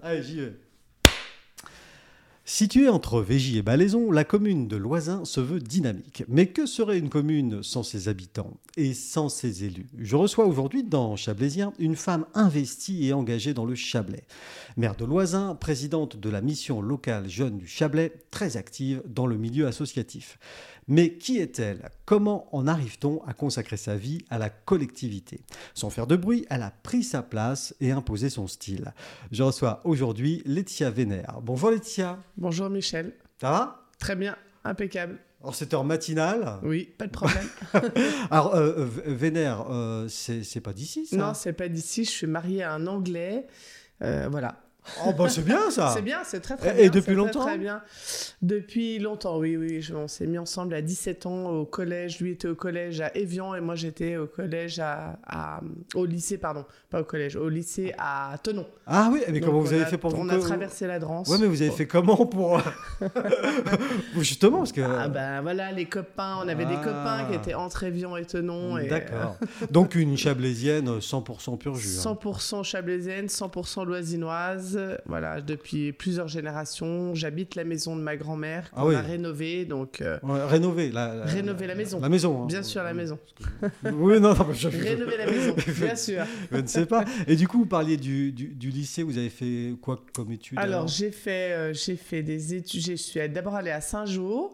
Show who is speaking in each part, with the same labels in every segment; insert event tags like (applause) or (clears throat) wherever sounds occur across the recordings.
Speaker 1: Allez, j'y vais. Située entre Végy et Balaison, la commune de Loisin se veut dynamique. Mais que serait une commune sans ses habitants et sans ses élus Je reçois aujourd'hui dans Chablaisien une femme investie et engagée dans le Chablais. Maire de Loisin, présidente de la mission locale jeune du Chablais, très active dans le milieu associatif. Mais qui est-elle Comment en arrive-t-on à consacrer sa vie à la collectivité Sans faire de bruit, elle a pris sa place et imposé son style. Je reçois aujourd'hui Laetitia Vénère. Bonjour Laetitia.
Speaker 2: Bonjour Michel.
Speaker 1: Ça va
Speaker 2: Très bien, impeccable.
Speaker 1: En cette heure matinale
Speaker 2: Oui, pas de problème.
Speaker 1: Alors, euh, V- Vénère, euh, c'est c'est pas d'ici, (laughs) ça
Speaker 2: non, c'est pas d'ici, je suis mariée à un Anglais. Euh, voilà.
Speaker 1: Oh, bah c'est bien, ça
Speaker 2: (laughs) C'est bien, c'est très très
Speaker 1: Et-
Speaker 2: bien.
Speaker 1: et depuis
Speaker 2: c'est très,
Speaker 1: longtemps
Speaker 2: très bien. Depuis longtemps, oui, oui. je- on s'est mis ensemble à 17 ans au collège. Lui était au collège à Évian et moi j'étais au collège à, à- au lycée, pardon, pas au collège, au lycée à Tenon.
Speaker 1: Ah oui, mais
Speaker 2: Donc,
Speaker 1: comment vous
Speaker 2: on
Speaker 1: avez
Speaker 2: a-
Speaker 1: fait pour...
Speaker 2: On
Speaker 1: vous-
Speaker 2: a traversé la Drance.
Speaker 1: Ouais, mais vous avez fait comment pour... euh, (laughs) Justement, parce que...
Speaker 2: Ah ben voilà, les copains, on avait des
Speaker 1: Ah.
Speaker 2: copains qui étaient entre Évian et Tenon. et-
Speaker 1: D'accord. Donc une chablaisienne euh, 100% pur jus. hein.
Speaker 2: 100% chablaisienne, 100% loisinoise. Voilà, depuis plusieurs générations, j'habite la maison de ma grand-mère qu'on
Speaker 1: Ah oui.
Speaker 2: a rénovée, donc euh,
Speaker 1: Ouais, rénover la, la-
Speaker 2: Rénover la maison.
Speaker 1: La maison. hein.
Speaker 2: bien sûr la maison.
Speaker 1: Oui, non, non, mais je, je-
Speaker 2: Rénover
Speaker 1: (laughs)
Speaker 2: la maison, bien sûr.
Speaker 1: je ne sais pas. Et du coup, vous parliez du, du- du lycée, vous avez fait quoi comme étude
Speaker 2: Alors j'ai fait, euh, j'ai fait des études. Je suis d'abord allée à Saint-Jean.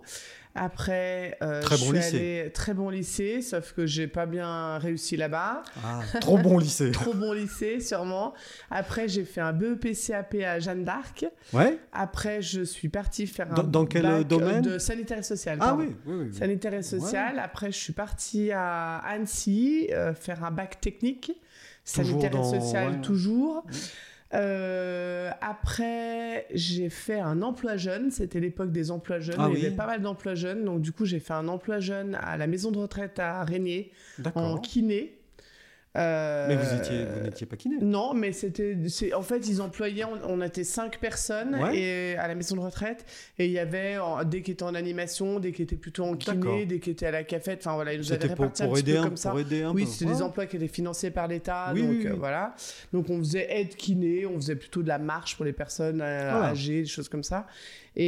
Speaker 2: Après, euh,
Speaker 1: Très
Speaker 2: je
Speaker 1: bon
Speaker 2: suis
Speaker 1: lycée.
Speaker 2: allée- très bon lycée, sauf que j'ai pas bien
Speaker 1: (laughs)
Speaker 2: réussi là-bas.
Speaker 1: Ah, trop bon lycée.
Speaker 2: Trop bon lycée, sûrement. Après, j'ai fait un E BEP-CAP à Jeanne d'Arc.
Speaker 1: Ouais
Speaker 2: Après, je suis partie faire un
Speaker 1: Dans- dans quel,
Speaker 2: bac
Speaker 1: euh, domaine
Speaker 2: de sanitaire et social.
Speaker 1: Ah
Speaker 2: pardon.
Speaker 1: oui, oui, oui. oui.
Speaker 2: Sanitaire et social. Après, je suis partie à Annecy euh, faire un bac technique.
Speaker 1: Toujours
Speaker 2: Sanitaire
Speaker 1: dans-
Speaker 2: et social,
Speaker 1: ouais.
Speaker 2: toujours. Euh, après, j'ai fait un emploi jeune. C'était l'époque des emplois jeunes.
Speaker 1: Ah
Speaker 2: Il y
Speaker 1: oui.
Speaker 2: avait pas mal d'emplois jeunes. Donc, du coup, j'ai fait un emploi jeune à la maison de retraite à Régnier en
Speaker 1: D'accord.
Speaker 2: kiné. Euh,
Speaker 1: Mais vous étiez, vous n'étiez pas kiné.
Speaker 2: non, mais c'était. c'est- En fait, ils employaient. On, on était cinq personnes
Speaker 1: Ouais.
Speaker 2: et, euh, à la maison de retraite. Et il y avait en- des qui étaient en animation, des qui étaient plutôt en
Speaker 1: D'accord.
Speaker 2: kiné, des qui étaient à la cafette. Enfin voilà, ils nous avaient
Speaker 1: C'était pour,
Speaker 2: répartis un
Speaker 1: pour
Speaker 2: petit
Speaker 1: aider
Speaker 2: peu
Speaker 1: un,
Speaker 2: comme ça.
Speaker 1: pour aider un
Speaker 2: oui,
Speaker 1: peu.
Speaker 2: c'était
Speaker 1: Ouais.
Speaker 2: des emplois qui étaient financés par l'État.
Speaker 1: Oui,
Speaker 2: donc
Speaker 1: oui,
Speaker 2: euh,
Speaker 1: oui.
Speaker 2: voilà. Donc on faisait aide kiné, on faisait plutôt de la marche pour les personnes euh,
Speaker 1: Voilà.
Speaker 2: âgées, des choses comme ça.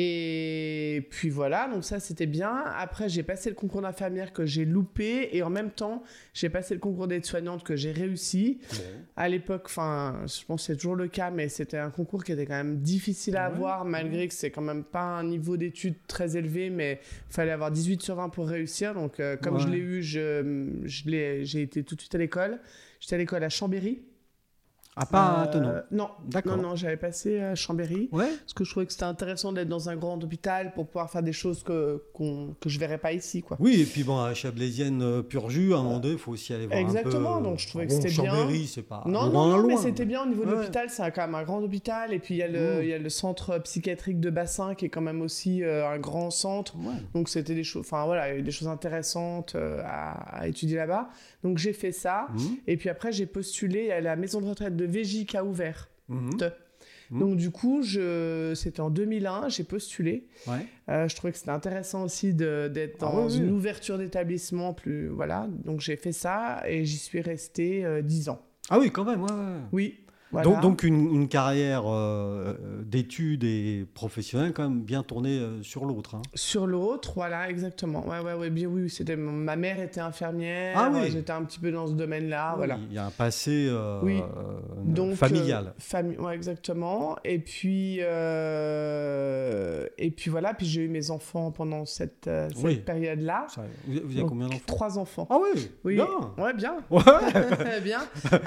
Speaker 2: Et puis voilà, donc ça c'était bien. Après, j'ai passé le concours d'infirmière que j'ai loupé. Et en même temps, j'ai passé le concours d'aide-soignante que j'ai réussi.
Speaker 1: Bon.
Speaker 2: À l'époque, enfin, je pense que c'est toujours le cas, mais c'était un concours qui était quand même difficile à
Speaker 1: Ouais.
Speaker 2: avoir, malgré que c'est quand même pas un niveau d'études très élevé, mais fallait avoir 18 sur 20 pour réussir. Donc, euh, comme je
Speaker 1: Ouais.
Speaker 2: l'ai eu, je, je l'ai- j'ai été tout de suite à l'école. J'étais à l'école à Chambéry.
Speaker 1: Ah, pas
Speaker 2: Euh,
Speaker 1: attenant.
Speaker 2: Non,
Speaker 1: D'accord.
Speaker 2: non, non, j'avais passé à Chambéry.
Speaker 1: Ouais.
Speaker 2: Parce que je trouvais que c'était intéressant d'être dans un grand hôpital pour pouvoir faire des choses que, qu'on- que je verrais pas ici, quoi.
Speaker 1: Oui, et puis bon, à Chablaisienne euh, pur jus, à un moment donné, il faut aussi aller voir
Speaker 2: Exactement,
Speaker 1: un peu.
Speaker 2: donc je trouvais que
Speaker 1: euh, Bon,
Speaker 2: c'était bien.
Speaker 1: Chambéry, c'est pas
Speaker 2: Non,
Speaker 1: loin,
Speaker 2: non, non, mais
Speaker 1: loin.
Speaker 2: c'était bien au niveau de
Speaker 1: Ouais.
Speaker 2: l'hôpital, c'est quand même un grand hôpital. Et puis il y, a le-
Speaker 1: Mm.
Speaker 2: il y a le centre psychiatrique de Bassin qui est quand même aussi euh, un grand centre.
Speaker 1: Ouais.
Speaker 2: Donc c'était des choses, enfin voilà, il y a eu des choses intéressantes euh, à, à étudier là-bas. Donc j'ai fait ça.
Speaker 1: Mhm.
Speaker 2: Et puis après j'ai postulé à la maison de retraite de VJ qui a ouvert.
Speaker 1: Mhm. Mm.
Speaker 2: Donc du coup, je... c'était en 2001, j'ai postulé.
Speaker 1: Ouais.
Speaker 2: Euh, je trouvais que c'était intéressant aussi de- d'être
Speaker 1: Ah
Speaker 2: dans
Speaker 1: oui,
Speaker 2: une
Speaker 1: oui.
Speaker 2: ouverture d'établissement plus, voilà. Donc j'ai fait ça et j'y suis restée euh, 10 ans.
Speaker 1: Ah oui, quand même. ouais, ouais.
Speaker 2: Oui. Voilà.
Speaker 1: Donc, donc une, une carrière euh, euh, d'études et professionnelle quand même bien tournée euh, sur l'autre. hein.
Speaker 2: Sur l'autre, voilà, exactement. Ouais, ouais, ouais, bien oui, c'était mon- ma mère était infirmière.
Speaker 1: Ah oui. Ah
Speaker 2: J'étais un petit peu dans ce domaine-là,
Speaker 1: Oui,
Speaker 2: voilà.
Speaker 1: Il y a un passé euh,
Speaker 2: Oui.
Speaker 1: euh,
Speaker 2: Donc
Speaker 1: familial.
Speaker 2: euh, fami- ouais, exactement. Et puis euh, et puis voilà, puis j'ai eu mes enfants pendant cette, euh, cette
Speaker 1: Oui.
Speaker 2: période-là.
Speaker 1: Ça, vous, vous avez
Speaker 2: Donc,
Speaker 1: combien d'enfants
Speaker 2: Trois enfants.
Speaker 1: Ah oui,
Speaker 2: Oui.
Speaker 1: bien.
Speaker 2: Ouais, bien.
Speaker 1: Ouais.
Speaker 2: (laughs) bien.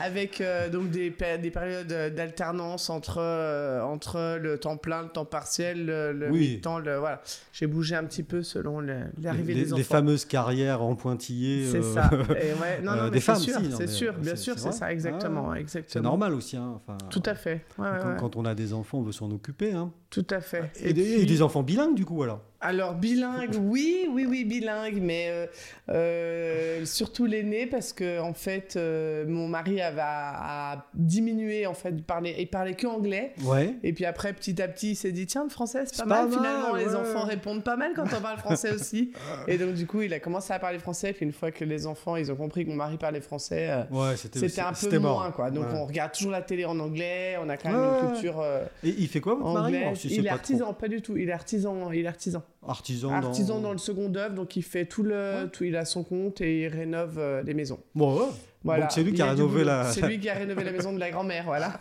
Speaker 2: Avec euh, donc des, pé- des périodes euh, d'alternance entre, euh, entre le temps plein, le temps partiel, le, le
Speaker 1: Oui.
Speaker 2: mi-temps, le voilà. J'ai bougé un petit peu selon le- l'arrivée
Speaker 1: les,
Speaker 2: des
Speaker 1: les
Speaker 2: enfants.
Speaker 1: fameuses carrières en pointillé.
Speaker 2: C'est
Speaker 1: euh,
Speaker 2: ça. Et ouais, non,
Speaker 1: euh,
Speaker 2: non,
Speaker 1: des
Speaker 2: mais c'est
Speaker 1: femmes
Speaker 2: sûr,
Speaker 1: aussi, non, mais
Speaker 2: c'est sûr,
Speaker 1: c'est-
Speaker 2: bien
Speaker 1: c'est
Speaker 2: sûr, c'est
Speaker 1: vrai. Ah,
Speaker 2: ça, exactement,
Speaker 1: (laughs) C'est
Speaker 2: exactement.
Speaker 1: normal aussi. hein, Enfin,
Speaker 2: Tout à fait. ouais, ouais,
Speaker 1: Quand,
Speaker 2: ouais,
Speaker 1: quand on a des enfants, on veut s'en occuper. hein.
Speaker 2: Tout à fait.
Speaker 1: Et, des, et
Speaker 2: puis-
Speaker 1: des enfants bilingues, du coup, alors
Speaker 2: Alors, bilingue, oui, oui, oui, bilingue, mais euh, euh, surtout l'aîné, parce que, en fait, euh, mon mari avait a, a diminué, en fait, il parlait, il parlait que anglais.
Speaker 1: Ouais.
Speaker 2: Et puis après, petit à petit, il s'est dit, tiens, le français, c'est pas,
Speaker 1: C'est
Speaker 2: mal,
Speaker 1: pas mal,
Speaker 2: finalement, les
Speaker 1: ouais.
Speaker 2: enfants répondent pas mal quand on parle français
Speaker 1: (laughs)
Speaker 2: aussi. Et donc, du coup, il a commencé à parler français, puis une fois que les enfants, ils ont compris que mon mari parlait français, euh,
Speaker 1: Ouais, c'était
Speaker 2: c'était un peu
Speaker 1: c'était mort.
Speaker 2: moins, quoi. Donc,
Speaker 1: Ouais.
Speaker 2: on regarde toujours la télé en anglais, on a quand même
Speaker 1: Ouais.
Speaker 2: une culture... euh,
Speaker 1: Et il fait quoi, votre mari
Speaker 2: Anglais.
Speaker 1: alors, si c'est
Speaker 2: il est
Speaker 1: pas trop-
Speaker 2: artisan, pas du tout. Il est artisan, hein. il est artisan.
Speaker 1: Artisan,
Speaker 2: artisan dans le second œuvre, donc il fait tout le, tout, il a son compte et il rénove euh, les maisons.
Speaker 1: Bon, ouais.
Speaker 2: Voilà.
Speaker 1: Donc c'est lui
Speaker 2: Il
Speaker 1: qui a
Speaker 2: du
Speaker 1: rénové
Speaker 2: boulot.
Speaker 1: la-
Speaker 2: C'est lui qui
Speaker 1: (laughs)
Speaker 2: a rénové la maison de la grand-mère, voilà.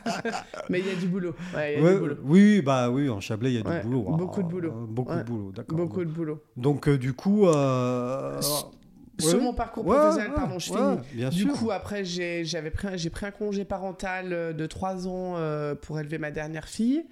Speaker 2: Mais il y a du boulot. Ouais, il y a
Speaker 1: Ouais,
Speaker 2: du boulot.
Speaker 1: oui, bah oui, en Chablais, il y a
Speaker 2: Ouais,
Speaker 1: du boulot.
Speaker 2: beaucoup de boulot.
Speaker 1: euh, Beaucoup de
Speaker 2: Ouais.
Speaker 1: boulot, d'accord.
Speaker 2: Beaucoup de boulot.
Speaker 1: Donc euh, du coup, euh...
Speaker 2: S-
Speaker 1: ouais,
Speaker 2: Sur
Speaker 1: ouais.
Speaker 2: mon parcours
Speaker 1: Ouais,
Speaker 2: professionnel,
Speaker 1: ouais,
Speaker 2: pardon, je
Speaker 1: ouais,
Speaker 2: finis.
Speaker 1: Bien
Speaker 2: Du
Speaker 1: sûr.
Speaker 2: coup, après, j'ai j'avais pris, un- j'ai pris un congé parental euh, de 3 ans euh, pour élever ma dernière fille.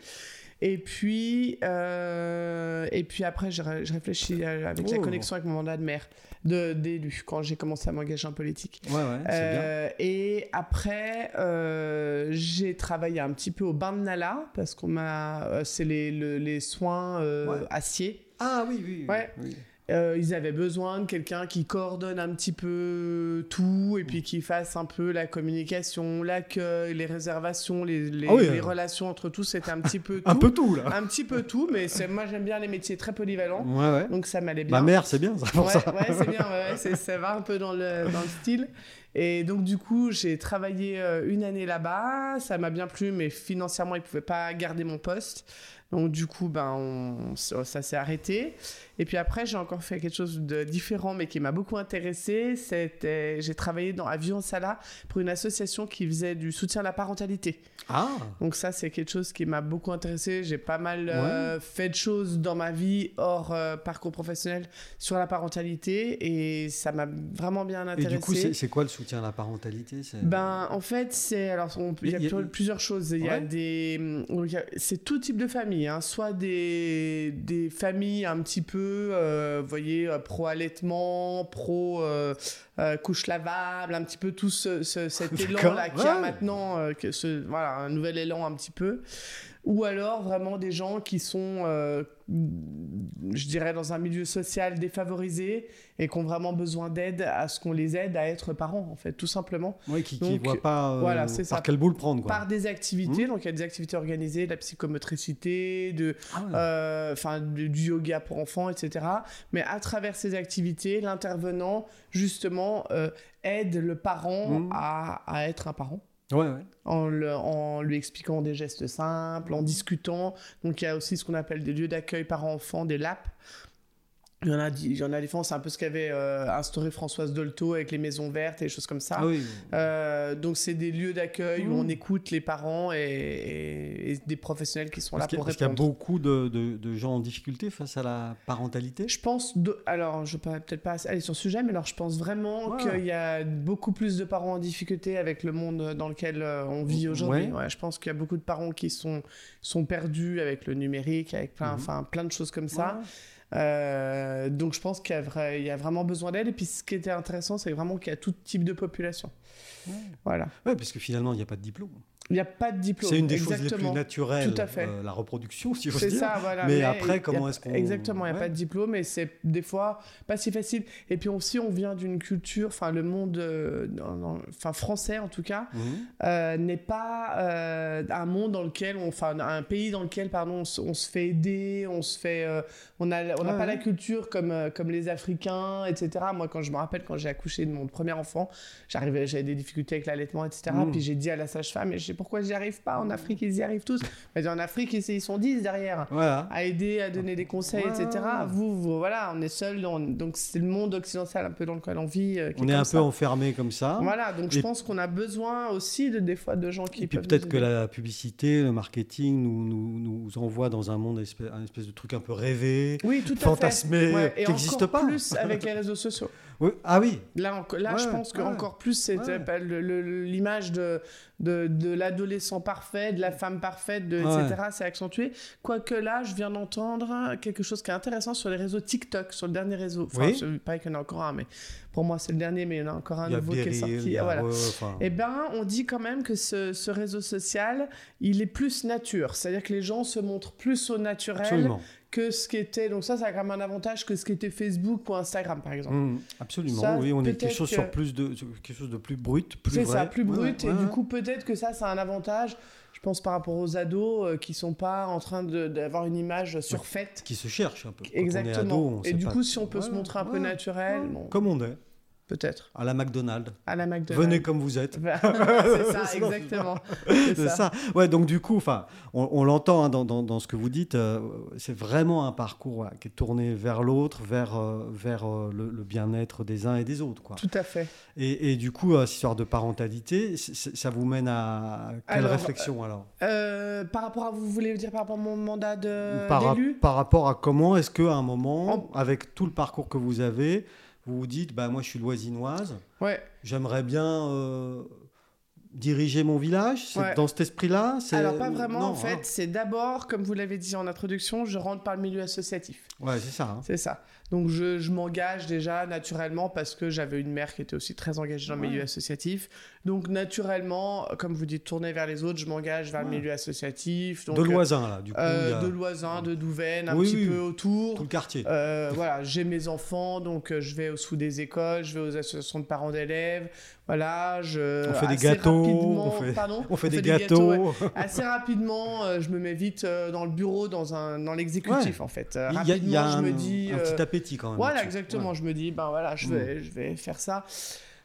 Speaker 2: Et puis, euh, et puis après, je, ré- je réfléchis euh, avec la
Speaker 1: Oh.
Speaker 2: connexion avec mon mandat de maire, de- d'élu, quand j'ai commencé à m'engager en politique.
Speaker 1: Ouais, ouais, Ah, c'est bien.
Speaker 2: Euh, et après, euh, j'ai travaillé un petit peu au bain de Nala, parce qu'on m'a. euh, C'est les, le- les soins euh,
Speaker 1: Ouais.
Speaker 2: acier.
Speaker 1: Ah oui, oui. oui,
Speaker 2: ouais.
Speaker 1: oui.
Speaker 2: Euh, ils avaient besoin de quelqu'un qui coordonne un petit peu tout et puis qui fasse un peu la communication, l'accueil, les réservations, les, les-
Speaker 1: Ah oui,
Speaker 2: les
Speaker 1: euh.
Speaker 2: relations entre tous. C'était un petit peu tout.
Speaker 1: (laughs) Un peu tout là.
Speaker 2: Un petit peu tout, mais c'est- moi j'aime bien les métiers très polyvalents,
Speaker 1: Ouais, ouais.
Speaker 2: donc ça m'allait bien.
Speaker 1: Ma mère, c'est bien, ça (laughs) pour
Speaker 2: Ouais,
Speaker 1: ça.
Speaker 2: ouais, c'est bien, ouais, ouais, c'est- ça va un peu dans le, dans le style. Et donc, du coup, j'ai travaillé euh, une année là-bas, ça m'a bien plu, mais financièrement, ils ne pouvaient pas garder mon poste. Donc, du coup, ben, on- ça ça s'est arrêté. Et puis après, j'ai encore fait quelque chose de différent, mais qui m'a beaucoup intéressé. C'était, j'ai travaillé dans Avion Sala pour une association qui faisait du soutien à la parentalité.
Speaker 1: Ah.
Speaker 2: Donc ça, c'est quelque chose qui m'a beaucoup intéressé. J'ai pas mal euh, fait de choses dans ma vie hors euh, parcours professionnel sur la parentalité et ça m'a vraiment bien
Speaker 1: Et
Speaker 2: intéressé.
Speaker 1: du coup, c'est c'est quoi le soutien à la parentalité c'est-
Speaker 2: ben, en fait, c'est alors on- il y a,
Speaker 1: Il y a-
Speaker 2: plutôt- plusieurs choses. Il y a
Speaker 1: Ouais.
Speaker 2: des, il y a- c'est tout type de famille, hein. soit des, des familles un petit peu, euh, vous voyez, pro allaitement, pro euh, euh, couche lavable, un petit peu tout ce, ce- cet élan
Speaker 1: D'accord,
Speaker 2: là qu'il y a
Speaker 1: ouais.
Speaker 2: maintenant, euh, que ce, voilà, un nouvel élan un petit peu. Ou alors vraiment des gens qui sont, euh, je dirais, dans un milieu social défavorisé et qui ont vraiment besoin d'aide à ce qu'on les aide à être parents, en fait, tout simplement.
Speaker 1: Ouais, qui ne
Speaker 2: Donc,
Speaker 1: voit pas euh,
Speaker 2: voilà, c'est
Speaker 1: par
Speaker 2: ça.
Speaker 1: quelle boule prendre. Quoi. Hmm.
Speaker 2: Par des activités, donc il y a des activités organisées, de la psychomotricité, de,
Speaker 1: Ah ouais.
Speaker 2: euh, enfin, du du yoga pour enfants, etc. Mais à travers ces activités, l'intervenant, justement, euh, aide le parent
Speaker 1: Mhm.
Speaker 2: à, à être un parent.
Speaker 1: Ouais, ouais.
Speaker 2: En, le- en lui expliquant des gestes simples, en discutant. Donc il y a aussi ce qu'on appelle des lieux d'accueil parents-enfants, des LAP. Il y en a, di- il y en a des fois, c'est un peu ce qu'avait euh, instauré Françoise Dolto avec les maisons vertes et des choses comme ça.
Speaker 1: Ah oui.
Speaker 2: Euh, donc c'est des lieux d'accueil où
Speaker 1: Mmh.
Speaker 2: on écoute les parents et, et- et des professionnels qui sont
Speaker 1: Parce
Speaker 2: là
Speaker 1: qu'il y a-
Speaker 2: pour
Speaker 1: parce qu'il y a
Speaker 2: répondre.
Speaker 1: beaucoup de, de- de gens en difficulté face à la parentalité.
Speaker 2: Je pense, de- alors je parle peut-être pas aller sur le sujet, mais alors je pense vraiment
Speaker 1: Ouais.
Speaker 2: qu'il y a beaucoup plus de parents en difficulté avec le monde dans lequel euh, on vit
Speaker 1: Mmh, Ouais.
Speaker 2: aujourd'hui. Ouais, je pense qu'il y a beaucoup de parents qui sont, sont perdus avec le numérique, avec plein,
Speaker 1: Mhm.
Speaker 2: enfin plein de choses comme ça. Euh, donc je pense qu'il y, a vrai- il y a vraiment besoin d'aide. Et puis ce qui était intéressant, c'est vraiment qu'il y a tout type de population.
Speaker 1: Ouais.
Speaker 2: Voilà.
Speaker 1: Ouais, parce que finalement, il n'y a pas de diplôme.
Speaker 2: Il n'y a pas de diplôme.
Speaker 1: C'est une des choses les
Speaker 2: Exactement.
Speaker 1: plus naturelles,
Speaker 2: Tout à fait.
Speaker 1: euh, la reproduction, si j'ose
Speaker 2: C'est
Speaker 1: dire.
Speaker 2: ça, voilà.
Speaker 1: Mais
Speaker 2: y a-
Speaker 1: après, comment est-ce qu'on...
Speaker 2: Exactement, il n'y a
Speaker 1: Ouais.
Speaker 2: pas de diplôme et c'est des fois pas si facile. Et puis aussi, on vient d'une culture, enfin le monde, euh, dans- dans- enfin français en tout cas,
Speaker 1: Mhm.
Speaker 2: euh, n'est pas euh, un monde dans lequel, on- enfin un pays dans lequel, pardon, on, se- on se fait aider, on se fait, euh, on n'a on n'a
Speaker 1: Ouais,
Speaker 2: pas
Speaker 1: ouais.
Speaker 2: la culture comme euh, comme les Africains, etc. Moi, quand je me rappelle quand j'ai accouché de mon premier enfant, j'arrivais, j'avais des difficultés avec l'allaitement, etc.
Speaker 1: Mm.
Speaker 2: Puis j'ai dit à la sage-femme, mais je sais pourquoi j'y arrive pas. En Afrique, ils y arrivent tous. Mais en Afrique, ils ils sont 10 derrière
Speaker 1: Voilà.
Speaker 2: à aider, à donner des conseils,
Speaker 1: Ouais.
Speaker 2: etc. Vous, vous- voilà, on est seul, on- donc c'est le monde occidental un peu dans lequel on vit. euh, qui
Speaker 1: On
Speaker 2: est
Speaker 1: est un
Speaker 2: comme
Speaker 1: peu
Speaker 2: ça.
Speaker 1: enfermé comme ça.
Speaker 2: Voilà, donc je
Speaker 1: Et-
Speaker 2: pense qu'on a besoin aussi de des fois de gens qui
Speaker 1: Et puis
Speaker 2: peuvent
Speaker 1: peut-être
Speaker 2: nous
Speaker 1: que
Speaker 2: aider.
Speaker 1: la publicité, le marketing nous, nous, nous envoie dans un monde, espèce, un espèce de truc un peu rêvé,
Speaker 2: oui, tout à
Speaker 1: fantasmé,
Speaker 2: fait. Ouais, et
Speaker 1: qui n'existe
Speaker 2: encore
Speaker 1: pas.
Speaker 2: plus avec les réseaux sociaux.
Speaker 1: Oui. Ah oui,
Speaker 2: Là, enco- là je
Speaker 1: Ouais,
Speaker 2: pense que
Speaker 1: ouais.
Speaker 2: encore plus, c'est
Speaker 1: Ouais.
Speaker 2: euh, pas le- le- l'image de, de, de l'adolescent parfait, de la femme parfaite, de,
Speaker 1: Ouais.
Speaker 2: etc. C'est accentué. Quoique là, je viens d'entendre quelque chose qui est intéressant sur les réseaux TikTok, sur le dernier réseau. Enfin,
Speaker 1: Oui.
Speaker 2: je ne pas qu'il y en a encore un, mais pour moi, c'est le dernier, mais il y en a encore un
Speaker 1: il y a
Speaker 2: nouveau qui est
Speaker 1: Beryl,
Speaker 2: sorti.
Speaker 1: il y a-
Speaker 2: Voilà.
Speaker 1: ouais, ouais, enfin,
Speaker 2: Eh ben, on dit quand même que ce, ce réseau social, il est plus nature. C'est-à-dire que les gens se montrent plus au naturel
Speaker 1: absolument.
Speaker 2: que ce qui était. Donc ça, ça a quand même un avantage que ce qui était Facebook ou Instagram, par exemple.
Speaker 1: Mmh, absolument,
Speaker 2: Ça,
Speaker 1: oui, on est quelque
Speaker 2: peut-être
Speaker 1: chose
Speaker 2: que-
Speaker 1: sur plus de sur quelque chose de plus brut, plus
Speaker 2: C'est
Speaker 1: vrai.
Speaker 2: ça, plus
Speaker 1: Ouais,
Speaker 2: brut.
Speaker 1: ouais,
Speaker 2: et du
Speaker 1: ouais.
Speaker 2: coup, peut-être que ça, c'est un avantage, je pense, par rapport aux ados euh, qui sont pas en train de- d'avoir une image surfaite.
Speaker 1: qui se cherche un peu. Quand on est
Speaker 2: Exactement.
Speaker 1: ado, on
Speaker 2: et
Speaker 1: sait
Speaker 2: du
Speaker 1: pas.
Speaker 2: coup, si on peut se
Speaker 1: Ouais,
Speaker 2: montrer un peu
Speaker 1: ouais,
Speaker 2: naturel,
Speaker 1: ouais.
Speaker 2: bon,
Speaker 1: Comme on est,
Speaker 2: peut-être.
Speaker 1: à la McDonald's.
Speaker 2: À la McDonald's.
Speaker 1: Venez comme vous êtes.
Speaker 2: (laughs) Bah,
Speaker 1: (laughs)
Speaker 2: c'est ça,
Speaker 1: Sinon,
Speaker 2: exactement.
Speaker 1: C'est ça. Ouais, donc du coup, enfin, on, on l'entend hein, dans, dans- dans ce que vous dites, euh, c'est vraiment un parcours ouais, qui est tourné vers l'autre, vers, euh, vers euh, le, le bien-être des uns et des autres. Quoi.
Speaker 2: Tout à fait.
Speaker 1: Et, et du coup, euh, cette histoire de parentalité, c- c- ça vous mène à quelle
Speaker 2: Alors,
Speaker 1: réflexion alors
Speaker 2: Euh, par rapport à, vous voulez dire par rapport à mon mandat de
Speaker 1: par, rap-
Speaker 2: d'élu
Speaker 1: par rapport à comment est-ce qu'à un moment, avec tout le parcours que vous avez, vous vous dites, bah, moi je suis loisinoise,
Speaker 2: Ouais.
Speaker 1: j'aimerais bien euh, diriger mon village C'est
Speaker 2: Ouais.
Speaker 1: dans cet esprit-là c'est-
Speaker 2: Alors pas vraiment
Speaker 1: Non, hein.
Speaker 2: en fait, c'est d'abord, comme vous l'avez dit en introduction, je rentre par le milieu associatif.
Speaker 1: hein. Ouais, c'est ça. hein.
Speaker 2: C'est ça. Donc je, je m'engage déjà naturellement parce que j'avais une mère qui était aussi très engagée dans le
Speaker 1: Ouais.
Speaker 2: milieu associatif. Donc naturellement, comme vous dites, tourner vers les autres, je m'engage vers le
Speaker 1: Ouais.
Speaker 2: milieu associatif. Donc,
Speaker 1: de l'oisin, là, du coup,
Speaker 2: euh,
Speaker 1: il y a
Speaker 2: de Loisin, de Douvaine, un
Speaker 1: Oui,
Speaker 2: petit
Speaker 1: oui.
Speaker 2: peu autour.
Speaker 1: tout le quartier.
Speaker 2: Euh, voilà, j'ai mes enfants, donc euh, je vais au sous des écoles, je vais aux associations de parents d'élèves. Voilà, je.
Speaker 1: On fait des
Speaker 2: assez
Speaker 1: gâteaux,
Speaker 2: rapidement-
Speaker 1: on fait-
Speaker 2: pardon
Speaker 1: on fait des, gâteaux.
Speaker 2: ouais. Assez rapidement, euh, je me mets vite euh, dans le bureau, dans, un, dans l'exécutif en fait. Euh,
Speaker 1: il y a, il y a
Speaker 2: rapidement,
Speaker 1: un,
Speaker 2: je me dis.
Speaker 1: un
Speaker 2: euh,
Speaker 1: petit appétit quand même.
Speaker 2: voilà,
Speaker 1: là-dessus.
Speaker 2: exactement.
Speaker 1: Ouais.
Speaker 2: Je me dis, ben voilà, je
Speaker 1: Mm.
Speaker 2: vais, je vais faire ça.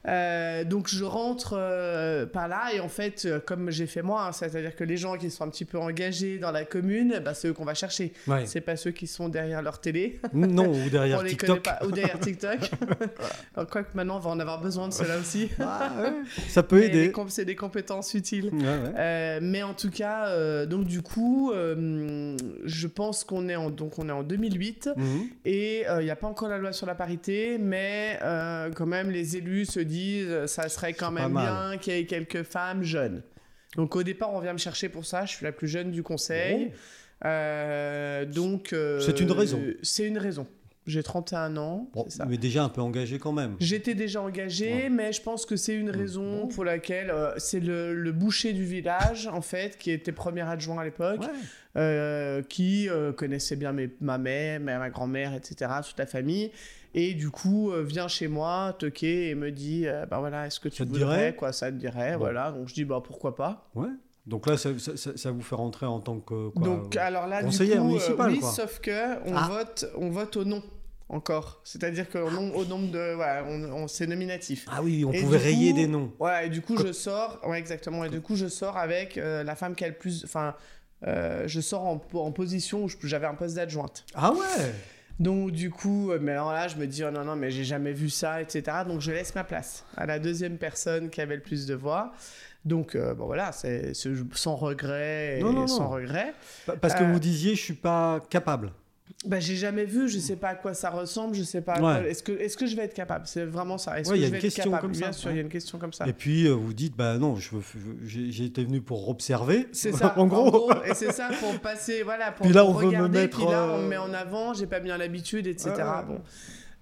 Speaker 2: Euh, donc je rentre euh, par là et en fait euh, comme j'ai fait moi, hein, c'est-à-dire que les gens qui sont un petit peu engagés dans la commune, bah, c'est eux qu'on va chercher.
Speaker 1: Ouais.
Speaker 2: (laughs) C'est pas ceux qui sont derrière leur télé,
Speaker 1: Non, ou Mm. derrière
Speaker 2: (laughs) on les connaît
Speaker 1: TikTok.
Speaker 2: pas, ou derrière TikTok. (laughs) Alors, Quoique maintenant on va en avoir besoin de cela aussi.
Speaker 1: (laughs) Ah, ouais.
Speaker 2: (laughs)
Speaker 1: Ça peut
Speaker 2: Mais les
Speaker 1: aider.
Speaker 2: comp- C'est des compétences utiles.
Speaker 1: Ouais,
Speaker 2: (laughs)
Speaker 1: ouais.
Speaker 2: Euh, mais en tout cas, euh, donc du coup, euh, je pense qu'on est en donc on est en 2008.
Speaker 1: Mhm.
Speaker 2: Et euh, il n'y a pas encore la loi sur la parité, mais euh, quand même, les élus se disent euh, ça serait quand
Speaker 1: pas
Speaker 2: même
Speaker 1: mal.
Speaker 2: bien qu'il y ait quelques femmes jeunes. Donc au départ, on vient me chercher pour ça. Je suis la plus jeune du conseil. Euh, donc. euh,
Speaker 1: C'est une raison.
Speaker 2: C'est une raison. J'ai 31 ans.
Speaker 1: Bon,
Speaker 2: c'est ça.
Speaker 1: mais déjà un peu engagé quand même.
Speaker 2: J'étais déjà engagée,
Speaker 1: Ouais.
Speaker 2: mais je pense que c'est une raison
Speaker 1: Mmh. Bon.
Speaker 2: pour laquelle euh, c'est le, le boucher du village, en fait, qui était premier adjoint à l'époque,
Speaker 1: Ouais.
Speaker 2: euh, qui euh, connaissait bien mes- ma mère, ma, ma grand-mère, etc., toute la famille. Et du coup, euh, vient chez moi, toquer et me dit, euh, bah voilà, est-ce que tu
Speaker 1: Ça te
Speaker 2: voudrais,
Speaker 1: dirait
Speaker 2: quoi, ça te dirait,
Speaker 1: Bon.
Speaker 2: voilà. Donc je dis, bah pourquoi pas.
Speaker 1: Ouais. Donc là, ça, ça- ça- ça vous fait rentrer en tant que. quoi,
Speaker 2: Donc ah,
Speaker 1: euh,
Speaker 2: alors là, du coup,
Speaker 1: conseillère municipale,
Speaker 2: oui,
Speaker 1: quoi.
Speaker 2: sauf que on
Speaker 1: Ah.
Speaker 2: vote, on vote au nom encore. C'est-à-dire que au nom- au nombre de, voilà, on, on- c'est nominatif.
Speaker 1: Ah oui, on
Speaker 2: Et
Speaker 1: pouvait
Speaker 2: du
Speaker 1: rayer
Speaker 2: coup-
Speaker 1: des noms.
Speaker 2: Voilà, et du coup,
Speaker 1: Co-
Speaker 2: je sors, ouais, exactement, et du coup, je sors avec euh, la femme qui a le plus, enfin, euh, je sors en, en position où je- j'avais un poste d'adjointe.
Speaker 1: Ah ouais
Speaker 2: Donc du coup, euh, mais alors là, je me dis, oh non, non, mais j'ai jamais vu ça, etc. Donc je laisse ma place à la deuxième personne qui avait le plus de voix. Donc euh, bon voilà, c'est c'est sans regret et
Speaker 1: Non, non,
Speaker 2: sans
Speaker 1: non.
Speaker 2: regret.
Speaker 1: Pa- Parce que
Speaker 2: Euh,
Speaker 1: vous disiez, je suis pas capable.
Speaker 2: Bah j'ai jamais vu, je sais pas à quoi ça ressemble, je sais pas. à
Speaker 1: Ouais.
Speaker 2: quoi- Est-ce que est-ce que je vais être capable C'est vraiment ça. Est-ce
Speaker 1: Ouais,
Speaker 2: que
Speaker 1: il y a
Speaker 2: je vais
Speaker 1: une
Speaker 2: être
Speaker 1: question
Speaker 2: capable
Speaker 1: comme ça,
Speaker 2: Bien sûr, il y a une question comme ça.
Speaker 1: Et puis euh, vous dites, bah non, je- je- j'ai j'étais venu pour observer. (laughs)
Speaker 2: C'est ça.
Speaker 1: en gros.
Speaker 2: Et c'est ça pour passer, voilà, pour
Speaker 1: Puis là,
Speaker 2: pour
Speaker 1: on veut me
Speaker 2: regarder,
Speaker 1: mettre,
Speaker 2: puis là,
Speaker 1: euh,
Speaker 2: on me met en avant, j'ai pas bien l'habitude, etc.
Speaker 1: Ouais, ouais.
Speaker 2: Bon.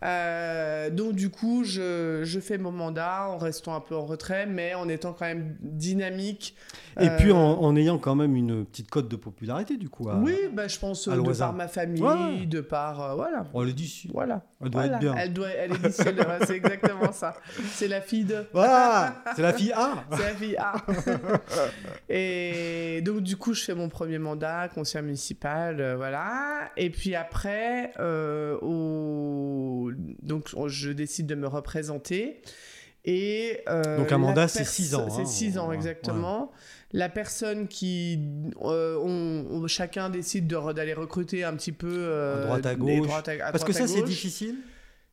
Speaker 2: Euh, donc du coup, je, je fais mon mandat en restant un peu en retrait, mais en étant quand même dynamique.
Speaker 1: Et
Speaker 2: Euh,
Speaker 1: puis en, en ayant quand même une petite cote de popularité, du coup. à-
Speaker 2: oui, bah, je pense
Speaker 1: à
Speaker 2: euh, de
Speaker 1: l'Oisin.
Speaker 2: par ma famille,
Speaker 1: Ouais.
Speaker 2: de par euh, voilà,
Speaker 1: On le dit, si.
Speaker 2: voilà.
Speaker 1: elle doit
Speaker 2: voilà.
Speaker 1: être bien.
Speaker 2: Elle doit, elle est d'ici, elle- ouais, (laughs) c'est exactement ça. C'est la fille de. (laughs)
Speaker 1: Voilà C'est la fille A
Speaker 2: C'est la
Speaker 1: (laughs)
Speaker 2: fille A. et donc, du coup, je fais mon premier mandat, conseiller municipal, euh, voilà. Et puis après, euh, au- donc, on- je décide de me représenter. Et, euh,
Speaker 1: Donc, un
Speaker 2: la
Speaker 1: mandat, c'est
Speaker 2: perso-
Speaker 1: six ans, hein,
Speaker 2: C'est 6 ans,
Speaker 1: ouais,
Speaker 2: exactement. La personne qui. euh, on- on- chacun décide de re- d'aller recruter un petit peu. euh,
Speaker 1: À droite, à
Speaker 2: des
Speaker 1: gauche.
Speaker 2: droites à- à
Speaker 1: Parce
Speaker 2: droite
Speaker 1: que ça,
Speaker 2: à
Speaker 1: c'est
Speaker 2: gauche.
Speaker 1: difficile.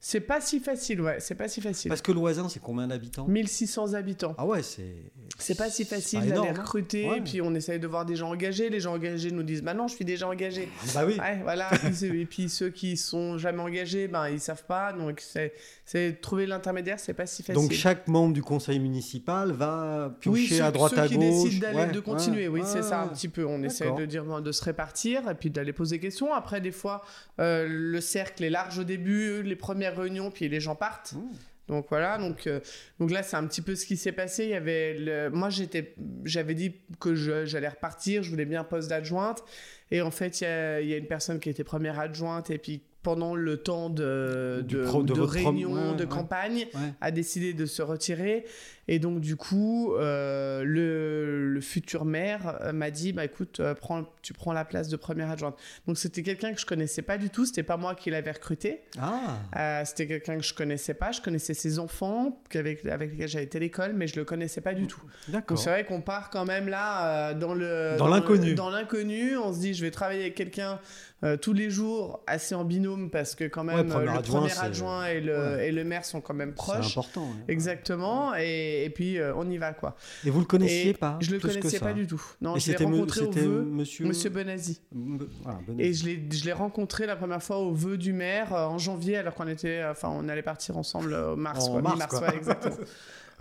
Speaker 2: C'est pas si facile, ouais, c'est pas si facile.
Speaker 1: Parce que l'Oisin, c'est combien d'habitants
Speaker 2: 1600 habitants.
Speaker 1: Ah ouais, c'est.
Speaker 2: C'est pas si
Speaker 1: pas
Speaker 2: facile d'aller
Speaker 1: énorme, hein.
Speaker 2: recruter,
Speaker 1: Ouais.
Speaker 2: et puis on essaye de voir des gens engagés. Les gens engagés nous disent Bah non, je suis déjà engagé.
Speaker 1: Bah oui.
Speaker 2: Ouais,
Speaker 1: (laughs)
Speaker 2: voilà. Puis c'est- et puis ceux qui sont jamais engagés, ben ils savent pas. Donc c'est c'est- trouver l'intermédiaire, c'est pas si facile.
Speaker 1: Donc chaque membre du conseil municipal va piocher
Speaker 2: oui, ceux,
Speaker 1: à droite
Speaker 2: ceux
Speaker 1: à
Speaker 2: qui
Speaker 1: gauche.
Speaker 2: décident d'aller
Speaker 1: Ouais,
Speaker 2: de
Speaker 1: ouais,
Speaker 2: continuer, oui,
Speaker 1: ouais,
Speaker 2: c'est ça un
Speaker 1: ouais.
Speaker 2: petit peu. On essaie
Speaker 1: D'accord.
Speaker 2: de dire de se répartir et puis d'aller poser des questions. Après, des fois, euh, le cercle est large au début, les premières réunions, puis les gens partent.
Speaker 1: Mmh.
Speaker 2: Donc voilà, donc, euh, donc là c'est un petit peu ce qui s'est passé. Il y avait le... Moi j'étais, j'avais dit que je- j'allais repartir, je voulais bien un poste d'adjointe. Et en fait il y a, il y a une personne qui était première adjointe et puis pendant le temps de,
Speaker 1: Du
Speaker 2: de,
Speaker 1: pro- de
Speaker 2: de
Speaker 1: votre prom-
Speaker 2: réunion,
Speaker 1: ouais,
Speaker 2: de
Speaker 1: ouais.
Speaker 2: campagne,
Speaker 1: Ouais.
Speaker 2: a décidé de se retirer. Et donc du coup euh, le, le futur maire euh, m'a dit, bah écoute, euh, prends, tu prends la place de première adjointe. Donc c'était quelqu'un que je connaissais pas du tout, c'était pas moi qui l'avais recruté.
Speaker 1: Ah
Speaker 2: Euh, c'était quelqu'un que je connaissais pas, je connaissais ses enfants qu'avec- avec, lesquels j'avais été à l'école, mais je le connaissais pas du tout. Donc
Speaker 1: D'accord.
Speaker 2: c'est vrai qu'on part quand même là euh, dans le
Speaker 1: Dans l'inconnu.
Speaker 2: Dans l'inconnu, on se dit je vais travailler avec quelqu'un euh, tous les jours assez en binôme parce que quand
Speaker 1: Ouais,
Speaker 2: même
Speaker 1: premier
Speaker 2: euh, le
Speaker 1: adjoint,
Speaker 2: premier
Speaker 1: c'est-
Speaker 2: adjoint et le,
Speaker 1: Ouais.
Speaker 2: et le maire sont quand même
Speaker 1: C'est
Speaker 2: proches.
Speaker 1: important. hein.
Speaker 2: Exactement, et, et puis euh, on y va quoi.
Speaker 1: Et vous le connaissiez
Speaker 2: et
Speaker 1: pas
Speaker 2: Je le
Speaker 1: plus que
Speaker 2: connaissais
Speaker 1: ça.
Speaker 2: pas du tout. Non,
Speaker 1: Et
Speaker 2: je l'ai
Speaker 1: c'était me-
Speaker 2: rencontré au
Speaker 1: c'était
Speaker 2: vœu,
Speaker 1: monsieur... Ah,
Speaker 2: Monsieur Benazzi.
Speaker 1: M- voilà, Benazzi.
Speaker 2: Et je l'ai, je l'ai rencontré la première fois au vœu du maire euh, en janvier, alors qu'on était, euh, enfin, on allait partir ensemble euh, au mars,
Speaker 1: En
Speaker 2: quoi,
Speaker 1: mars,
Speaker 2: mi-mars,
Speaker 1: quoi. (laughs)
Speaker 2: ouais, exactement.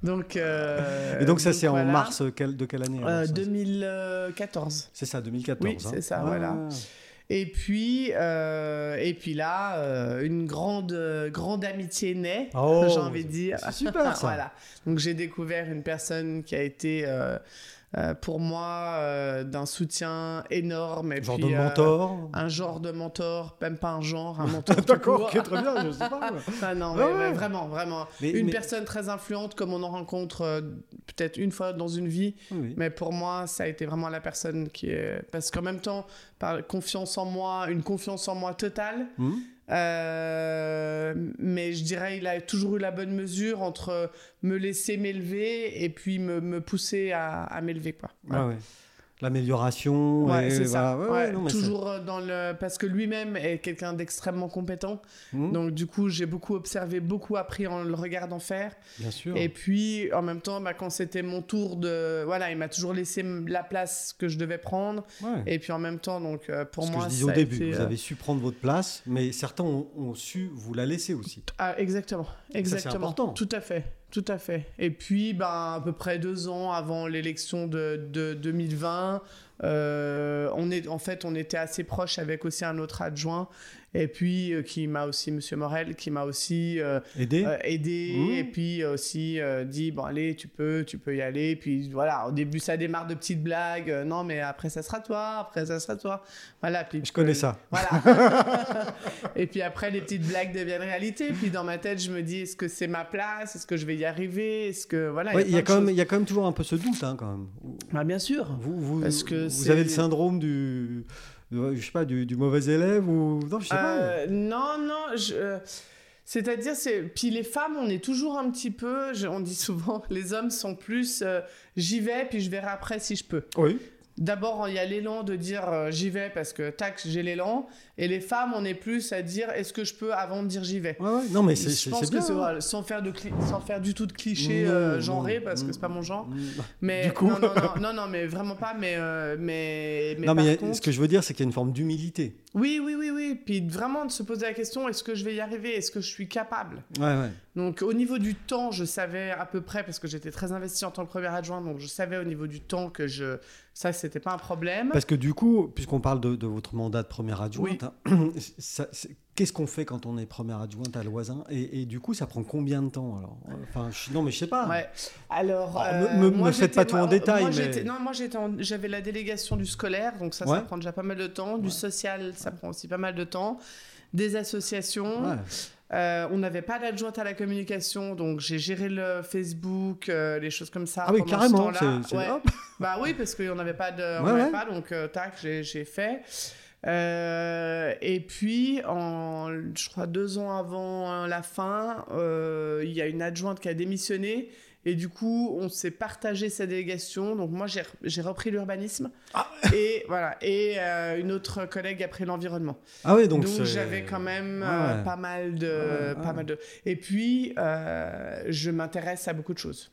Speaker 2: Donc, euh,
Speaker 1: Et donc ça c'est en
Speaker 2: voilà.
Speaker 1: mars euh, quel- de quelle année alors,
Speaker 2: Euh,
Speaker 1: ça
Speaker 2: 2014.
Speaker 1: C'est ça, 2014.
Speaker 2: Oui,
Speaker 1: hein.
Speaker 2: c'est ça,
Speaker 1: Ah.
Speaker 2: voilà. Et puis, euh, et puis là, euh, une grande, euh, grande amitié naît.
Speaker 1: Oh,
Speaker 2: j'ai envie de dire. Ah,
Speaker 1: c'est super, ça.
Speaker 2: voilà. Donc j'ai découvert une personne qui a été euh, euh, pour moi euh, d'un soutien énorme. Et
Speaker 1: Genre
Speaker 2: puis,
Speaker 1: de
Speaker 2: euh, (laughs)
Speaker 1: mentor. Ah,
Speaker 2: un genre de mentor, même pas un genre,
Speaker 1: (laughs)
Speaker 2: un mentor. tout
Speaker 1: D'accord,
Speaker 2: court.
Speaker 1: ok, très bien, je sais
Speaker 2: (laughs)
Speaker 1: pas. moi.
Speaker 2: Ah non,
Speaker 1: Ouais,
Speaker 2: mais- mais
Speaker 1: ouais.
Speaker 2: vraiment, vraiment.
Speaker 1: Mais-
Speaker 2: une
Speaker 1: mais-
Speaker 2: personne très influente comme on en rencontre euh, peut-être une fois dans une vie,
Speaker 1: Oui, oui.
Speaker 2: mais pour moi, ça a été vraiment la personne qui est... Parce qu'en même temps, par confiance en moi, une confiance en moi totale,
Speaker 1: Hmm.
Speaker 2: euh, mais je dirais il a toujours eu la bonne mesure entre me laisser m'élever et puis me, me pousser à, à m'élever, quoi. Voilà.
Speaker 1: Ah ouais. L'amélioration.
Speaker 2: Ouais,
Speaker 1: et
Speaker 2: c'est ça.
Speaker 1: voilà. Ouais,
Speaker 2: Ouais,
Speaker 1: ouais, non, mais
Speaker 2: toujours euh, dans le parce que lui-même est quelqu'un d'extrêmement compétent.
Speaker 1: c'est- Hmm,
Speaker 2: Donc du coup, j'ai beaucoup observé, beaucoup appris en le regardant faire.
Speaker 1: Bien sûr.
Speaker 2: Et puis en même temps, bah, quand c'était mon tour de voilà, il m'a toujours laissé m- la place que je devais prendre.
Speaker 1: Ouais.
Speaker 2: Et puis en même temps, donc euh, pour
Speaker 1: Ce
Speaker 2: moi,
Speaker 1: que je disais au
Speaker 2: ça a
Speaker 1: début,
Speaker 2: été,
Speaker 1: vous
Speaker 2: euh,
Speaker 1: avez su prendre votre place, mais certains ont, ont su vous la laisser
Speaker 2: (laughs)
Speaker 1: aussi.
Speaker 2: ah, exactement, exactement,
Speaker 1: important.
Speaker 2: tout à fait. Tout à fait. Et puis, ben, à peu près deux ans avant l'élection de, de 2020, euh, on est, en fait, on était assez proche avec aussi un autre adjoint, et puis euh, qui m'a aussi, Monsieur Morel, qui m'a aussi euh,
Speaker 1: Aider
Speaker 2: euh, aider
Speaker 1: Mmh.
Speaker 2: et puis aussi euh, dit bon allez tu peux tu peux y aller puis voilà au début ça démarre de petites blagues euh, non mais après ça sera toi après ça sera toi voilà puis
Speaker 1: Je connais ça. (laughs)
Speaker 2: voilà et puis après les petites blagues deviennent réalité puis dans ma tête je me dis est-ce que c'est ma place est-ce que je vais y arriver est-ce que voilà
Speaker 1: Ouais, Il y, a
Speaker 2: plein
Speaker 1: quand
Speaker 2: de
Speaker 1: même- il y a quand même toujours un peu ce doute, hein, quand même.
Speaker 2: choses. Bah, bien sûr
Speaker 1: Vous, vous,
Speaker 2: Parce que
Speaker 1: vous
Speaker 2: c'est-
Speaker 1: avez le syndrome du, de- je sais pas, du, du mauvais élève ou non, je sais pas.
Speaker 2: Euh, non, non, je. euh, C'est-à-dire, c'est puis les femmes, on est toujours un petit peu, je- on dit souvent, (laughs) les hommes sont plus, euh, j'y vais, puis je verrai après si je peux.
Speaker 1: Oui.
Speaker 2: D'abord, il y a l'élan de dire euh, j'y vais parce que tac, j'ai l'élan. Et les femmes, on est plus à dire est-ce que je peux avant de dire j'y vais.
Speaker 1: Ouais, ouais. Non, mais c'est
Speaker 2: Je
Speaker 1: c'est-
Speaker 2: pense
Speaker 1: c'est
Speaker 2: que
Speaker 1: bien.
Speaker 2: c'est
Speaker 1: hein.
Speaker 2: voilà, sans faire de cli- sans faire du tout de clichés
Speaker 1: Non,
Speaker 2: euh,
Speaker 1: non,
Speaker 2: genrés parce
Speaker 1: non.
Speaker 2: que c'est pas mon genre.
Speaker 1: Mm.
Speaker 2: Mais
Speaker 1: Du coup.
Speaker 2: non, non, non, non, non, mais vraiment pas. Mais euh, mais mais
Speaker 1: non, mais
Speaker 2: par
Speaker 1: il y a-
Speaker 2: contre-
Speaker 1: ce que je veux dire, c'est qu'il y a une forme d'humilité.
Speaker 2: oui, oui, oui, oui. Puis vraiment de se poser la question est-ce que je vais y arriver Est-ce que je suis capable
Speaker 1: Ouais, ouais.
Speaker 2: Donc au niveau du temps, je savais à peu près parce que j'étais très investie en tant que première adjointe, donc je savais au niveau du temps que je ça c'était pas un problème.
Speaker 1: Parce que du coup, puisqu'on parle de, de votre mandat de première adjointe, hein, (clears throat) ça- c'est- qu'est-ce qu'on fait quand on est première adjointe à Loisin et, et du coup, ça prend combien de temps alors Enfin, je- non, mais je sais pas.
Speaker 2: Ouais. Alors, euh,
Speaker 1: Alors, Ah. me- me-
Speaker 2: moi,
Speaker 1: me faites
Speaker 2: j'étais-
Speaker 1: pas tout en
Speaker 2: moi-
Speaker 1: détail,
Speaker 2: moi,
Speaker 1: mais-
Speaker 2: j'étais- Non, moi j'étais en- j'avais la délégation du scolaire, donc ça,
Speaker 1: Ouais.
Speaker 2: ça prend déjà pas mal de temps. Du
Speaker 1: Ouais.
Speaker 2: social, ça prend aussi pas mal de temps. Des associations.
Speaker 1: Ouais.
Speaker 2: Euh, on n'avait pas d'adjointe à la communication, donc j'ai géré le Facebook, euh, les choses comme ça.
Speaker 1: Ah oui,
Speaker 2: pendant ce
Speaker 1: carrément,
Speaker 2: temps-là.
Speaker 1: c'est- c'est-
Speaker 2: Ouais.
Speaker 1: hop.
Speaker 2: Bah oui, parce qu'on n'avait pas de. on
Speaker 1: Ouais,
Speaker 2: n'avait
Speaker 1: ouais.
Speaker 2: pas, donc euh, tac, j'ai j'ai fait. Euh, et puis, en, je crois deux ans avant hein, la fin, euh, il y a une adjointe qui a démissionné. Et du coup, on s'est partagé sa délégation. Donc moi, j'ai j'ai repris l'urbanisme.
Speaker 1: Ah.
Speaker 2: Et voilà. Et euh, une autre collègue a pris l'environnement.
Speaker 1: Ah ouais, donc,
Speaker 2: Donc,
Speaker 1: c'est-
Speaker 2: j'avais quand même
Speaker 1: Ouais,
Speaker 2: euh,
Speaker 1: ouais.
Speaker 2: pas mal de,
Speaker 1: Ouais, ouais.
Speaker 2: pas mal de. Et puis, euh, je m'intéresse à beaucoup de choses.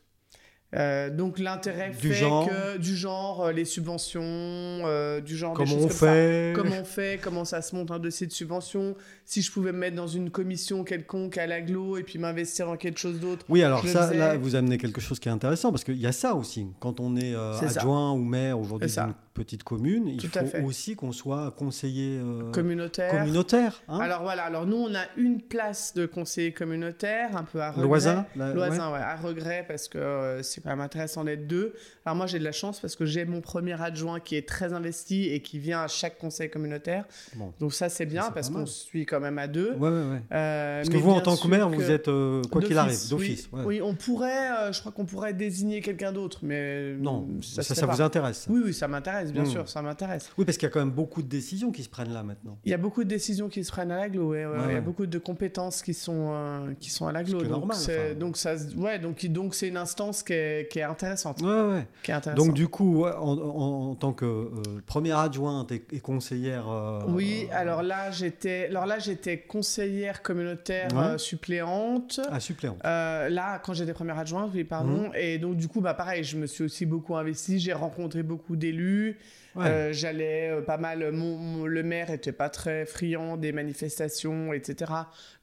Speaker 2: Euh, donc l'intérêt
Speaker 1: Du
Speaker 2: fait
Speaker 1: genre
Speaker 2: que du genre euh, les subventions, euh, du genre des
Speaker 1: Comment
Speaker 2: choses
Speaker 1: on
Speaker 2: comme ça.
Speaker 1: fait
Speaker 2: Comment on fait Comment ça se monte un dossier de subvention Si je pouvais me mettre dans une commission quelconque à l'aglo et puis m'investir en quelque chose d'autre.
Speaker 1: Oui, alors
Speaker 2: Je le
Speaker 1: ça,
Speaker 2: faisais.
Speaker 1: là, vous amenez quelque chose qui est intéressant parce qu'il y a ça aussi. Quand on est euh,
Speaker 2: C'est ça.
Speaker 1: adjoint ou maire aujourd'hui
Speaker 2: C'est ça.
Speaker 1: d'une petite commune, il
Speaker 2: Tout à
Speaker 1: faut
Speaker 2: fait.
Speaker 1: aussi qu'on soit conseiller euh,
Speaker 2: Communautaire.
Speaker 1: communautaire. hein.
Speaker 2: Alors voilà, alors nous on a une place de conseiller communautaire, un peu à regret.
Speaker 1: Loisin, là, Euh, ouais.
Speaker 2: Loisin, ouais, à regret parce que euh, c'est quand même intéressant d'être deux. Alors moi j'ai de la chance parce que j'ai mon premier adjoint qui est très investi et qui vient à chaque conseil communautaire.
Speaker 1: Bon.
Speaker 2: Donc ça c'est bien
Speaker 1: c'est
Speaker 2: parce
Speaker 1: pas
Speaker 2: qu'on
Speaker 1: mal.
Speaker 2: suit quand même à deux.
Speaker 1: Ouais, ouais, ouais.
Speaker 2: Euh,
Speaker 1: Parce que
Speaker 2: mais
Speaker 1: vous, en
Speaker 2: bien
Speaker 1: tant que
Speaker 2: sûr
Speaker 1: maire, vous
Speaker 2: que-
Speaker 1: êtes, euh, quoi qu'il arrive,
Speaker 2: D'office,
Speaker 1: d'office.
Speaker 2: Oui,
Speaker 1: ouais.
Speaker 2: Oui, on pourrait, euh, je crois qu'on pourrait désigner quelqu'un d'autre, mais
Speaker 1: Non,
Speaker 2: euh,
Speaker 1: ça,
Speaker 2: se
Speaker 1: ça,
Speaker 2: fait
Speaker 1: vous
Speaker 2: pas.
Speaker 1: intéresse. ça. Oui.
Speaker 2: Oui, oui, ça m'intéresse, bien
Speaker 1: Mm.
Speaker 2: sûr, ça m'intéresse.
Speaker 1: parce qu'il y a quand même beaucoup de décisions qui se prennent là maintenant.
Speaker 2: Il y a beaucoup de décisions qui se prennent à l'aglo, ouais, ouais,
Speaker 1: Ouais,
Speaker 2: ouais, il y
Speaker 1: ouais.
Speaker 2: a beaucoup de compétences qui sont, euh, qui sont à
Speaker 1: Ce
Speaker 2: l'aglo.
Speaker 1: qui est
Speaker 2: Donc,
Speaker 1: normal,
Speaker 2: c'est-
Speaker 1: enfin.
Speaker 2: donc, ça, se- ouais, donc, il- donc c'est une instance qui est, qui est intéressante.
Speaker 1: Ouais, ouais.
Speaker 2: Qui est intéressante.
Speaker 1: Donc du coup, ouais, en, en- en tant que euh, première adjointe et, et conseillère. euh,
Speaker 2: Oui, alors là, j'étais alors là, j'étais conseillère communautaire
Speaker 1: Ouais.
Speaker 2: euh, suppléante.
Speaker 1: à suppléante.
Speaker 2: Euh, là, quand j'étais première adjointe, oui,
Speaker 1: Mhm.
Speaker 2: pardon. Et donc, du coup, bah, pareil, je me suis aussi beaucoup investie. J'ai rencontré beaucoup d'élus.
Speaker 1: Ouais.
Speaker 2: Euh, J'allais euh, pas mal. Mon, mon- le maire était pas très friand des manifestations, etc.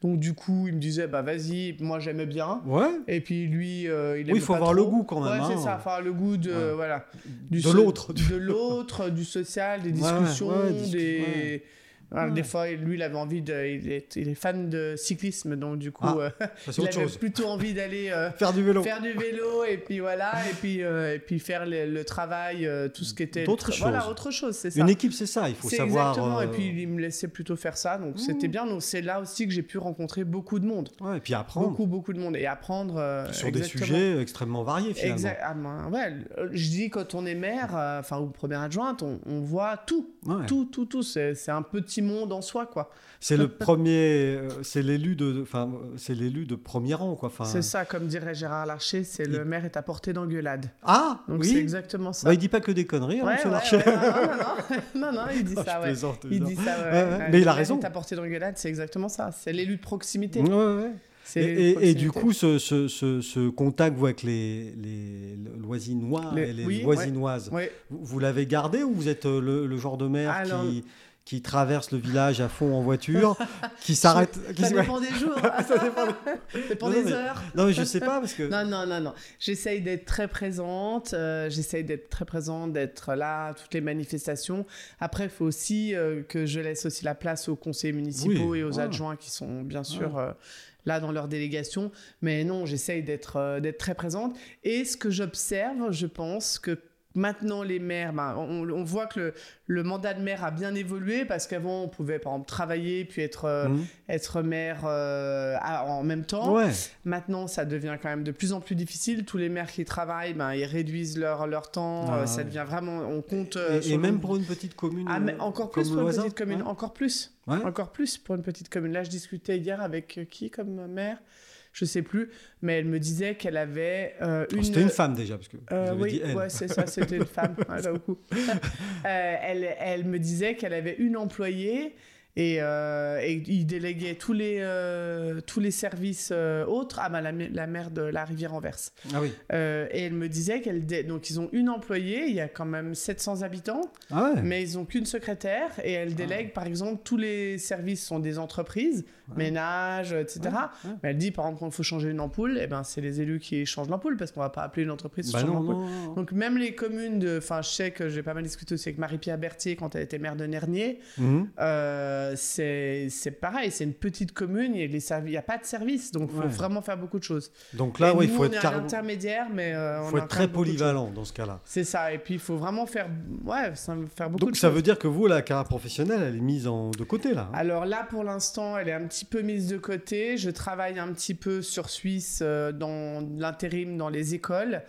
Speaker 2: Donc, du coup, il me disait, bah, vas-y, moi, j'aimais bien.
Speaker 1: ouais.
Speaker 2: Et puis, lui, euh, il
Speaker 1: Oui,
Speaker 2: aimait
Speaker 1: il faut
Speaker 2: pas
Speaker 1: avoir le
Speaker 2: trop.
Speaker 1: goût quand même.
Speaker 2: Ouais,
Speaker 1: hein.
Speaker 2: c'est ça, avoir le goût de,
Speaker 1: Ouais.
Speaker 2: voilà, du
Speaker 1: De
Speaker 2: so-
Speaker 1: l'autre.
Speaker 2: de l'autre, (laughs) du social, des
Speaker 1: Ouais, ouais,
Speaker 2: discussions,
Speaker 1: ouais, discu-
Speaker 2: des.
Speaker 1: ouais.
Speaker 2: Voilà,
Speaker 1: Ouais.
Speaker 2: Des fois, lui, il avait envie de. Il est, il est fan de cyclisme, donc du coup,
Speaker 1: Ah,
Speaker 2: euh,
Speaker 1: Ça, c'est
Speaker 2: il
Speaker 1: autre
Speaker 2: avait
Speaker 1: chose.
Speaker 2: plutôt envie d'aller euh,
Speaker 1: Faire du vélo.
Speaker 2: faire du vélo et puis voilà, et puis, euh, et puis faire le, le travail, euh, tout ce qui était.
Speaker 1: D'autres
Speaker 2: Voilà,
Speaker 1: choses.
Speaker 2: autre chose, c'est ça.
Speaker 1: Une équipe, c'est ça. Il faut
Speaker 2: C'est
Speaker 1: savoir.
Speaker 2: Exactement, et
Speaker 1: euh, Mmh.
Speaker 2: puis il me laissait plutôt faire ça, donc c'était bien. Donc c'est là aussi que j'ai pu rencontrer beaucoup de monde.
Speaker 1: ouais, et puis apprendre
Speaker 2: Beaucoup, beaucoup de monde. Et apprendre. euh,
Speaker 1: sur
Speaker 2: exactement.
Speaker 1: des sujets extrêmement variés finalement.
Speaker 2: Exact. ah ben, ouais, euh, je dis quand on est maire, euh, enfin ou première adjointe, on, on voit tout,
Speaker 1: Ouais.
Speaker 2: tout, tout, tout. C'est c'est un petit monde en soi, quoi.
Speaker 1: C'est le premier, euh, c'est l'élu de, enfin, euh, c'est l'élu de premier rang, quoi. Enfin,
Speaker 2: C'est ça, comme dirait Gérard Larcher, c'est le maire est à portée d'engueulade.
Speaker 1: Ah,
Speaker 2: Donc c'est
Speaker 1: oui.
Speaker 2: exactement ça.
Speaker 1: Bah, il dit pas que des conneries, hein,
Speaker 2: Ouais,
Speaker 1: monsieur
Speaker 2: ouais,
Speaker 1: Larcher.
Speaker 2: ouais, non, non, (laughs) non, non, non, il dit
Speaker 1: (laughs) Ah,
Speaker 2: ça,
Speaker 1: je
Speaker 2: ouais.
Speaker 1: plaisante,
Speaker 2: Il
Speaker 1: évidemment.
Speaker 2: dit ça, ouais. Euh,
Speaker 1: Ouais, ouais, mais il a
Speaker 2: Le
Speaker 1: raison.
Speaker 2: maire est à portée d'engueulade, c'est exactement ça. C'est l'élu de proximité.
Speaker 1: Ouais, ouais, ouais.
Speaker 2: C'est
Speaker 1: Et,
Speaker 2: l'élu de
Speaker 1: et- et
Speaker 2: proximité.
Speaker 1: du coup, ce, ce- ce- ce contact vous, avec les, les loisinois
Speaker 2: Les-
Speaker 1: et les
Speaker 2: oui,
Speaker 1: loisinoises,
Speaker 2: Ouais.
Speaker 1: vous, vous l'avez gardé ou vous êtes euh, le, le genre de maire
Speaker 2: Alors-
Speaker 1: qui, qui traverse le village à fond en
Speaker 2: (laughs)
Speaker 1: voiture, qui s'arrête qui-
Speaker 2: Ça
Speaker 1: ouais.
Speaker 2: dépend des jours,
Speaker 1: (laughs) Ça dépend de-
Speaker 2: ça dépend
Speaker 1: Non,
Speaker 2: des
Speaker 1: mais-
Speaker 2: heures.
Speaker 1: Non, mais je sais pas parce que.
Speaker 2: Non, non, non, non. J'essaye d'être très présente. euh, J'essaye d'être très présente, d'être là à toutes les manifestations. Après, il faut aussi euh, que je laisse aussi la place aux conseillers municipaux
Speaker 1: Oui,
Speaker 2: et aux
Speaker 1: ouais.
Speaker 2: adjoints qui sont bien sûr euh, là dans leur délégation. Mais non, j'essaye d'être euh, d'être très présente. Et ce que j'observe, je pense que maintenant les maires, ben, on, on voit que le, le mandat de maire a bien évolué parce qu'avant on pouvait par exemple travailler puis être, euh,
Speaker 1: Mhm.
Speaker 2: être maire euh, à- en même temps.
Speaker 1: Ouais.
Speaker 2: Maintenant, ça devient quand même de plus en plus difficile. Tous les maires qui travaillent, ben, ils réduisent leur, leur temps.
Speaker 1: Ah,
Speaker 2: Euh, ça
Speaker 1: ouais.
Speaker 2: devient vraiment. On compte. euh,
Speaker 1: Et, et
Speaker 2: sur le-
Speaker 1: même pour une petite commune.
Speaker 2: Ah, mais
Speaker 1: euh,
Speaker 2: encore
Speaker 1: comme hein.
Speaker 2: plus pour une
Speaker 1: Loisin,
Speaker 2: petite commune. Encore plus.
Speaker 1: Ouais. Ouais.
Speaker 2: Encore plus pour une petite commune. Là, je discutais hier avec euh, qui comme maire Je sais plus. Mais elle me disait qu'elle avait euh,
Speaker 1: Alors,
Speaker 2: une.
Speaker 1: Oh, C'était une femme déjà parce que
Speaker 2: Euh,
Speaker 1: vous avez
Speaker 2: oui,
Speaker 1: dit elle.
Speaker 2: ouais, c'est ça, c'était une femme, ouais, là,
Speaker 1: (laughs)
Speaker 2: au coup. Euh, elle, elle me disait qu'elle avait une employée et, euh, et il déléguait tous les, euh, tous les services euh, autres à ma- la, la mère de la rivière Anvers.
Speaker 1: Ah oui.
Speaker 2: Euh, et elle me disait qu'elle. dé- Donc, ils ont une employée, il y a quand même 700 habitants,
Speaker 1: Ah ouais.
Speaker 2: mais ils ont qu'une secrétaire et elle délègue, par exemple, tous les services sont des entreprises,
Speaker 1: Ah.
Speaker 2: ménage, etc.
Speaker 1: Ouais, ouais.
Speaker 2: Mais elle dit, par exemple, qu'il faut changer une ampoule, et ben, c'est les élus qui changent l'ampoule parce qu'on va pas appeler une entreprise pour
Speaker 1: Bah
Speaker 2: changer
Speaker 1: non,
Speaker 2: l'ampoule.
Speaker 1: non, non.
Speaker 2: Donc même les communes de... Enfin, je sais que j'ai pas mal discuté aussi avec Marie-Pierre Berthier quand elle était maire de Nernier.
Speaker 1: Mhm.
Speaker 2: Euh, c'est c'est pareil, c'est une petite commune, il n'y a pas de service, donc il faut
Speaker 1: Ouais.
Speaker 2: vraiment faire beaucoup de choses.
Speaker 1: Donc là,
Speaker 2: Et
Speaker 1: oui, il
Speaker 2: nous,
Speaker 1: faut
Speaker 2: on
Speaker 1: être
Speaker 2: est à
Speaker 1: carrément-
Speaker 2: l'intermédiaire, mais euh, on
Speaker 1: faut
Speaker 2: est
Speaker 1: être
Speaker 2: en
Speaker 1: très
Speaker 2: train de beaucoup de choses.
Speaker 1: polyvalent dans ce cas-là.
Speaker 2: C'est ça, et puis il faut vraiment faire... Ouais, ça faire beaucoup
Speaker 1: Donc
Speaker 2: de
Speaker 1: ça
Speaker 2: choses. Ah,
Speaker 1: veut dire que vous, la carrière professionnelle, elle est mise en... de côté là. hein.
Speaker 2: Alors là, pour l'instant, elle est un petit peu mise de côté. Je travaille un petit peu sur Suisse euh, dans l'intérim, dans les écoles.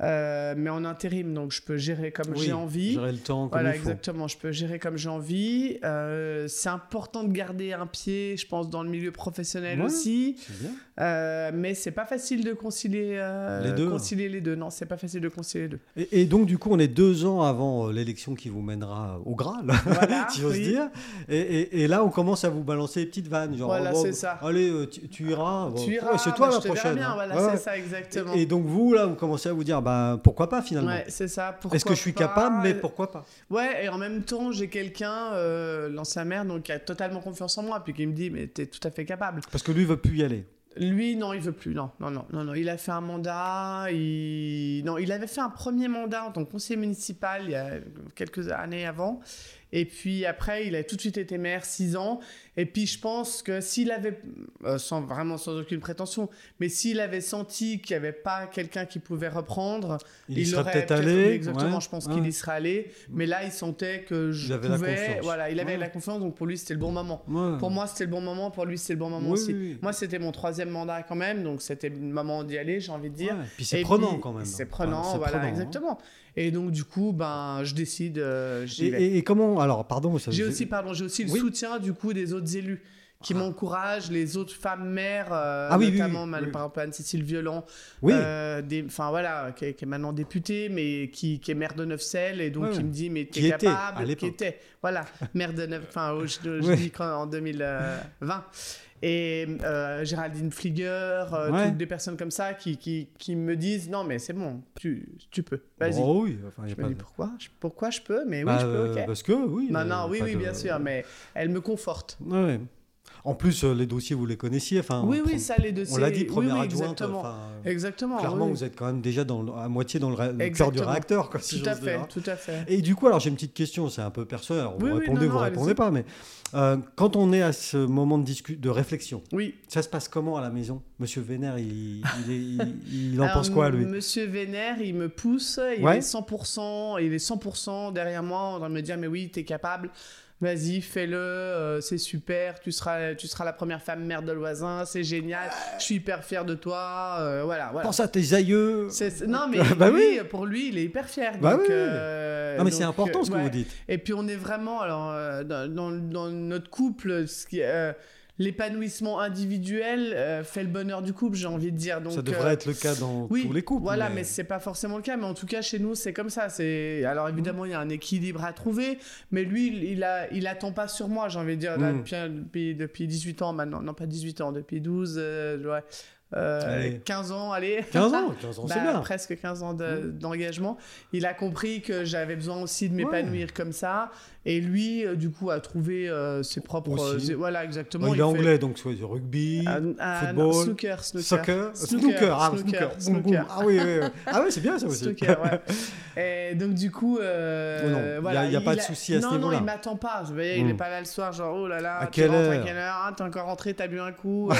Speaker 2: euh, mais en intérim, donc je peux gérer comme
Speaker 1: Oui,
Speaker 2: j'ai envie.
Speaker 1: J'aurai le temps comme
Speaker 2: Voilà,
Speaker 1: il faut.
Speaker 2: exactement. Je peux gérer comme j'ai envie. Euh, c'est important de garder un pied, je pense, dans le milieu professionnel
Speaker 1: Ouais.
Speaker 2: aussi.
Speaker 1: C'est bien.
Speaker 2: Euh, mais c'est pas facile de concilier euh,
Speaker 1: Les deux. hein.
Speaker 2: Concilier les deux. Non, c'est pas facile de concilier les deux.
Speaker 1: Et, et donc, du coup, on est deux ans avant euh, l'élection qui vous mènera au Graal, (laughs)
Speaker 2: Voilà,
Speaker 1: si j'ose
Speaker 2: oui.
Speaker 1: dire. Et, et- et là, on commence à vous balancer des petites vannes. Genre,
Speaker 2: Voilà,
Speaker 1: oh,
Speaker 2: c'est
Speaker 1: bon,
Speaker 2: ça.
Speaker 1: Allez, euh, tu, tu iras. bon,
Speaker 2: Tu iras.
Speaker 1: ouais, c'est toi
Speaker 2: bah,
Speaker 1: la
Speaker 2: je te verrai
Speaker 1: prochaine.
Speaker 2: bien,
Speaker 1: hein.
Speaker 2: voilà,
Speaker 1: Ouais, ouais.
Speaker 2: c'est ça exactement.
Speaker 1: Et, et donc, vous, là, vous commencez à vous dire, bah, pourquoi pas finalement
Speaker 2: Ouais, c'est ça.
Speaker 1: Est-ce que je suis
Speaker 2: Pourquoi
Speaker 1: capable,
Speaker 2: pas
Speaker 1: mais pourquoi pas
Speaker 2: Ouais, et en même temps, j'ai quelqu'un, euh, l'ancien maire, donc qui a totalement confiance en moi, puis qui me dit, mais t'es tout à fait capable.
Speaker 1: Parce que lui, il veut plus y aller.
Speaker 2: Lui, non, il veut plus. Non, non, non, non, non. Il a fait un mandat. Il... Non, il avait fait un premier mandat en tant que conseiller municipal il y a quelques années avant. Et puis après, il a tout de suite été maire, six ans. Et puis je pense que s'il avait, euh, sans, vraiment sans aucune prétention, mais s'il avait senti qu'il n'y avait pas quelqu'un qui pouvait reprendre,
Speaker 1: Il, y serait
Speaker 2: aurait
Speaker 1: peut-être
Speaker 2: peut-être-
Speaker 1: allé.
Speaker 2: Exactement,
Speaker 1: ouais,
Speaker 2: je pense
Speaker 1: ouais.
Speaker 2: qu'il y serait allé. Mais là, il sentait que je
Speaker 1: Il avait la
Speaker 2: pouvais-
Speaker 1: confiance.
Speaker 2: Voilà, il avait
Speaker 1: Ouais.
Speaker 2: la confiance, donc pour lui, c'était le bon moment.
Speaker 1: Ouais.
Speaker 2: Pour moi, c'était le bon moment. Pour lui, c'était le bon moment
Speaker 1: Oui,
Speaker 2: aussi.
Speaker 1: oui, oui.
Speaker 2: Moi, c'était mon troisième mandat quand même, donc c'était le moment d'y aller, j'ai envie de dire.
Speaker 1: Ouais, Puis c'est
Speaker 2: Et
Speaker 1: prenant
Speaker 2: puis,
Speaker 1: quand même.
Speaker 2: C'est
Speaker 1: Ouais,
Speaker 2: prenant,
Speaker 1: c'est
Speaker 2: voilà,
Speaker 1: prenant, hein.
Speaker 2: exactement. Et donc, du coup, ben, je décide, euh,
Speaker 1: Et,
Speaker 2: j'y vais.
Speaker 1: et- et comment Alors, pardon. ça-
Speaker 2: J'ai
Speaker 1: je-
Speaker 2: aussi, pardon, j'ai aussi le
Speaker 1: Oui.
Speaker 2: soutien, du coup, des autres élus qui
Speaker 1: Ah.
Speaker 2: m'encouragent, les autres femmes mères, euh,
Speaker 1: Ah oui, oui,
Speaker 2: notamment,
Speaker 1: oui,
Speaker 2: ma-
Speaker 1: oui.
Speaker 2: par exemple, Anne-Cécile Violent,
Speaker 1: Oui.
Speaker 2: euh, des- enfin voilà, qui est, qui est maintenant députée, mais qui, qui est maire de Neufcelle, et donc
Speaker 1: Ouais, ouais.
Speaker 2: qui me dit, mais t'es
Speaker 1: Qui était, à
Speaker 2: capable,
Speaker 1: l'époque.
Speaker 2: qui était, voilà, maire de Neuf, enfin au- je, je
Speaker 1: (laughs) Ouais.
Speaker 2: dis qu'en- en 2020. Et euh, Géraldine Flieger, euh,
Speaker 1: Ouais.
Speaker 2: toutes des personnes comme ça qui, qui, qui me disent, non mais c'est bon, tu, tu peux, vas-y.
Speaker 1: Oh oui. enfin, y a
Speaker 2: je
Speaker 1: pas
Speaker 2: me dis
Speaker 1: de-
Speaker 2: pourquoi je, pourquoi je peux, mais Eh oui,
Speaker 1: Bah,
Speaker 2: je peux,
Speaker 1: euh,
Speaker 2: ok. Bah,
Speaker 1: Parce que oui.
Speaker 2: non,
Speaker 1: euh,
Speaker 2: non, oui,
Speaker 1: pas
Speaker 2: oui,
Speaker 1: de-
Speaker 2: bien sûr, mais elle me conforte.
Speaker 1: Ouais. En plus, euh, les dossiers, vous les connaissiez. Enfin,
Speaker 2: oui,
Speaker 1: on
Speaker 2: oui,
Speaker 1: prend-
Speaker 2: ça, les dossiers.
Speaker 1: On l'a dit,
Speaker 2: oui,
Speaker 1: première
Speaker 2: oui,
Speaker 1: adjointe.
Speaker 2: Exactement.
Speaker 1: enfin, euh,
Speaker 2: exactement.
Speaker 1: clairement,
Speaker 2: oui.
Speaker 1: vous êtes quand même déjà dans le- à moitié dans le, ra- le cœur du
Speaker 2: Exactement.
Speaker 1: réacteur. Quoi, si
Speaker 2: Tout à
Speaker 1: j'ose dire. hein.
Speaker 2: fait, tout à fait.
Speaker 1: Et du coup, alors j'ai une petite question, c'est un peu perso, alors vous
Speaker 2: Oui, oui,
Speaker 1: répondez,
Speaker 2: non,
Speaker 1: vous
Speaker 2: non,
Speaker 1: répondez
Speaker 2: allez-y.
Speaker 1: pas, mais euh, quand on est à ce moment de, discu- de réflexion,
Speaker 2: Oui.
Speaker 1: ça se passe comment à la maison Monsieur Vénère, il, il est- il- il en
Speaker 2: Alors,
Speaker 1: pense quoi lui
Speaker 2: Euh, Monsieur Vénère, il me pousse, il
Speaker 1: Ouais.
Speaker 2: est 100%, il est 100% derrière moi en train de me dire mais oui, t'es capable. Vas-y, fais-le, euh, c'est super, tu seras, tu seras la première femme mère de Loisin, c'est génial, je suis hyper fier de toi, euh, voilà, voilà.
Speaker 1: Pense à tes aïeux
Speaker 2: C'est- c'est- non mais
Speaker 1: (laughs) Bah
Speaker 2: lui, pour lui, il est hyper fier.
Speaker 1: Bah
Speaker 2: donc,
Speaker 1: oui.
Speaker 2: euh,
Speaker 1: Non mais c'est
Speaker 2: donc,
Speaker 1: important ce que
Speaker 2: ouais.
Speaker 1: vous dites.
Speaker 2: Et puis on est vraiment alors euh, dans, dans- dans notre couple, ce qui euh, l'épanouissement individuel euh, fait le bonheur du couple, j'ai envie de dire. Donc
Speaker 1: ça
Speaker 2: euh,
Speaker 1: devrait être le cas dans
Speaker 2: oui,
Speaker 1: tous les couples.
Speaker 2: Voilà, mais, c'est pas forcément le cas. Mais en tout cas, chez nous, c'est comme ça. C'est
Speaker 1: Mm.
Speaker 2: alors évidemment, il y a un équilibre à trouver. Mais lui, il, il a, il attend pas sur moi. J'ai envie de dire là,
Speaker 1: Mm.
Speaker 2: depuis, depuis depuis 18 ans maintenant. Non, pas 18 ans, depuis 12, euh, ouais, euh,
Speaker 1: Allez.
Speaker 2: 15 ans, allez.
Speaker 1: 15
Speaker 2: (laughs)
Speaker 1: ans, 15 ans, c'est
Speaker 2: Bah,
Speaker 1: bien. Mm.
Speaker 2: Presque 15 ans de- d'engagement. Il a compris que j'avais besoin aussi de m'épanouir comme ça. Et lui, euh, du coup, a trouvé euh, ses propres.
Speaker 1: Aussi.
Speaker 2: euh, voilà, exactement.
Speaker 1: Bon, il, est
Speaker 2: fait-
Speaker 1: anglais, donc soit du rugby,
Speaker 2: Ah, ah, non,
Speaker 1: football,
Speaker 2: snooker, snooker.
Speaker 1: soccer,
Speaker 2: Snooker,
Speaker 1: snooker, ah,
Speaker 2: snooker,
Speaker 1: snooker, boum, boum.
Speaker 2: snooker.
Speaker 1: Ah oui, oui, oui. ah oui, c'est bien ça aussi.
Speaker 2: Stoker, ouais.
Speaker 1: (laughs)
Speaker 2: Et donc, du coup, euh,
Speaker 1: Oh non, il y a-
Speaker 2: voilà,
Speaker 1: il y a pas
Speaker 2: il
Speaker 1: de souci à ce
Speaker 2: non,
Speaker 1: niveau-là.
Speaker 2: Non, il m'attend pas. Je voyais, il
Speaker 1: Mm.
Speaker 2: est pas là le soir, genre, oh là là,
Speaker 1: À
Speaker 2: tu
Speaker 1: quelle
Speaker 2: rentres
Speaker 1: heure
Speaker 2: à quelle heure Ah, T'es encore rentré, t'as bu un coup.
Speaker 1: (laughs)
Speaker 2: euh,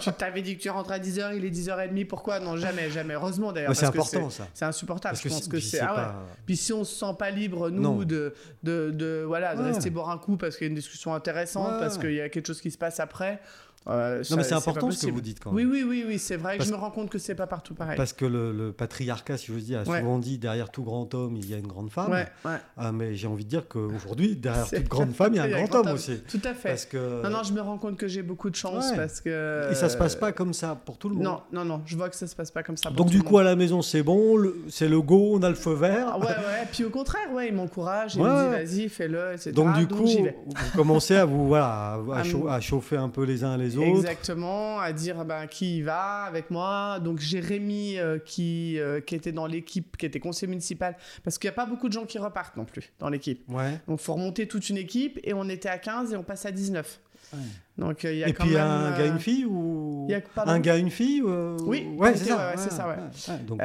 Speaker 2: tu t'avais dit que tu rentres à 10h, il est 10h30. Pourquoi Non, jamais, jamais. Heureusement d'ailleurs.
Speaker 1: Ouais, c'est
Speaker 2: parce que
Speaker 1: important ça.
Speaker 2: C'est insupportable.
Speaker 1: Parce que
Speaker 2: je pense
Speaker 1: si-
Speaker 2: que
Speaker 1: puis
Speaker 2: c'est.
Speaker 1: c'est
Speaker 2: Ah ouais.
Speaker 1: pas-
Speaker 2: Puis si on se sent pas libre,
Speaker 1: Non.
Speaker 2: nous, de, de, de- voilà, de
Speaker 1: Ouais.
Speaker 2: rester boire un coup parce qu'il y a une discussion intéressante,
Speaker 1: Ouais.
Speaker 2: parce qu'il y a quelque chose qui se passe après. euh,
Speaker 1: Non mais c'est important ce que vous dites quand même.
Speaker 2: Oui, oui, oui, oui c'est vrai que
Speaker 1: Parce-
Speaker 2: je me rends compte que c'est pas partout pareil.
Speaker 1: Parce que le, le patriarcat, si j'ose dire, a
Speaker 2: Ouais.
Speaker 1: souvent dit derrière tout grand homme, il y a une grande femme.
Speaker 2: Ouais, ouais.
Speaker 1: Ah, mais j'ai envie de dire
Speaker 2: (laughs)
Speaker 1: qu'aujourd'hui, derrière
Speaker 2: C'est
Speaker 1: toute grande femme, il y a un grand homme aussi.
Speaker 2: Tout à fait.
Speaker 1: Parce que...
Speaker 2: Non, non, je me rends compte que j'ai beaucoup de chance
Speaker 1: Ouais.
Speaker 2: parce que. euh,
Speaker 1: Et ça se passe pas comme ça pour tout le monde.
Speaker 2: Non, non, non, je vois que ça se passe pas comme ça. pour
Speaker 1: Donc
Speaker 2: tout
Speaker 1: du
Speaker 2: le
Speaker 1: coup,
Speaker 2: monde.
Speaker 1: à la maison, c'est bon, le- c'est le go, on a le feu vert.
Speaker 2: Ah, Ouais, ouais, puis au contraire, ouais, il m'encourage, il
Speaker 1: Ouais,
Speaker 2: me dit
Speaker 1: ouais.
Speaker 2: vas-y, fais-le, etc.
Speaker 1: Donc du coup,
Speaker 2: j'y vais.
Speaker 1: vous commencez à vous
Speaker 2: (laughs)
Speaker 1: voilà, à, à
Speaker 2: Ah,
Speaker 1: chau-
Speaker 2: mais-
Speaker 1: à chauffer un peu les uns les autres.
Speaker 2: Exactement, à dire ben, qui y va avec moi. Donc j'ai Rémi euh, qui, euh, qui était dans l'équipe, qui était conseiller municipal, parce qu'il n'y a pas beaucoup de gens qui repartent non plus dans l'équipe.
Speaker 1: Ouais.
Speaker 2: Donc faut remonter toute une équipe et on était à 15 et on passe à 19.
Speaker 1: Ouais.
Speaker 2: Donc euh, il y a
Speaker 1: Et
Speaker 2: quand
Speaker 1: puis
Speaker 2: même,
Speaker 1: un
Speaker 2: euh,
Speaker 1: gars, une fille ou
Speaker 2: il y a- pardon.
Speaker 1: un gars, une fille. euh,
Speaker 2: Oui,
Speaker 1: ouais,
Speaker 2: ok,
Speaker 1: c'est ça.
Speaker 2: ouais, ouais, c'est ça, ouais.
Speaker 1: donc,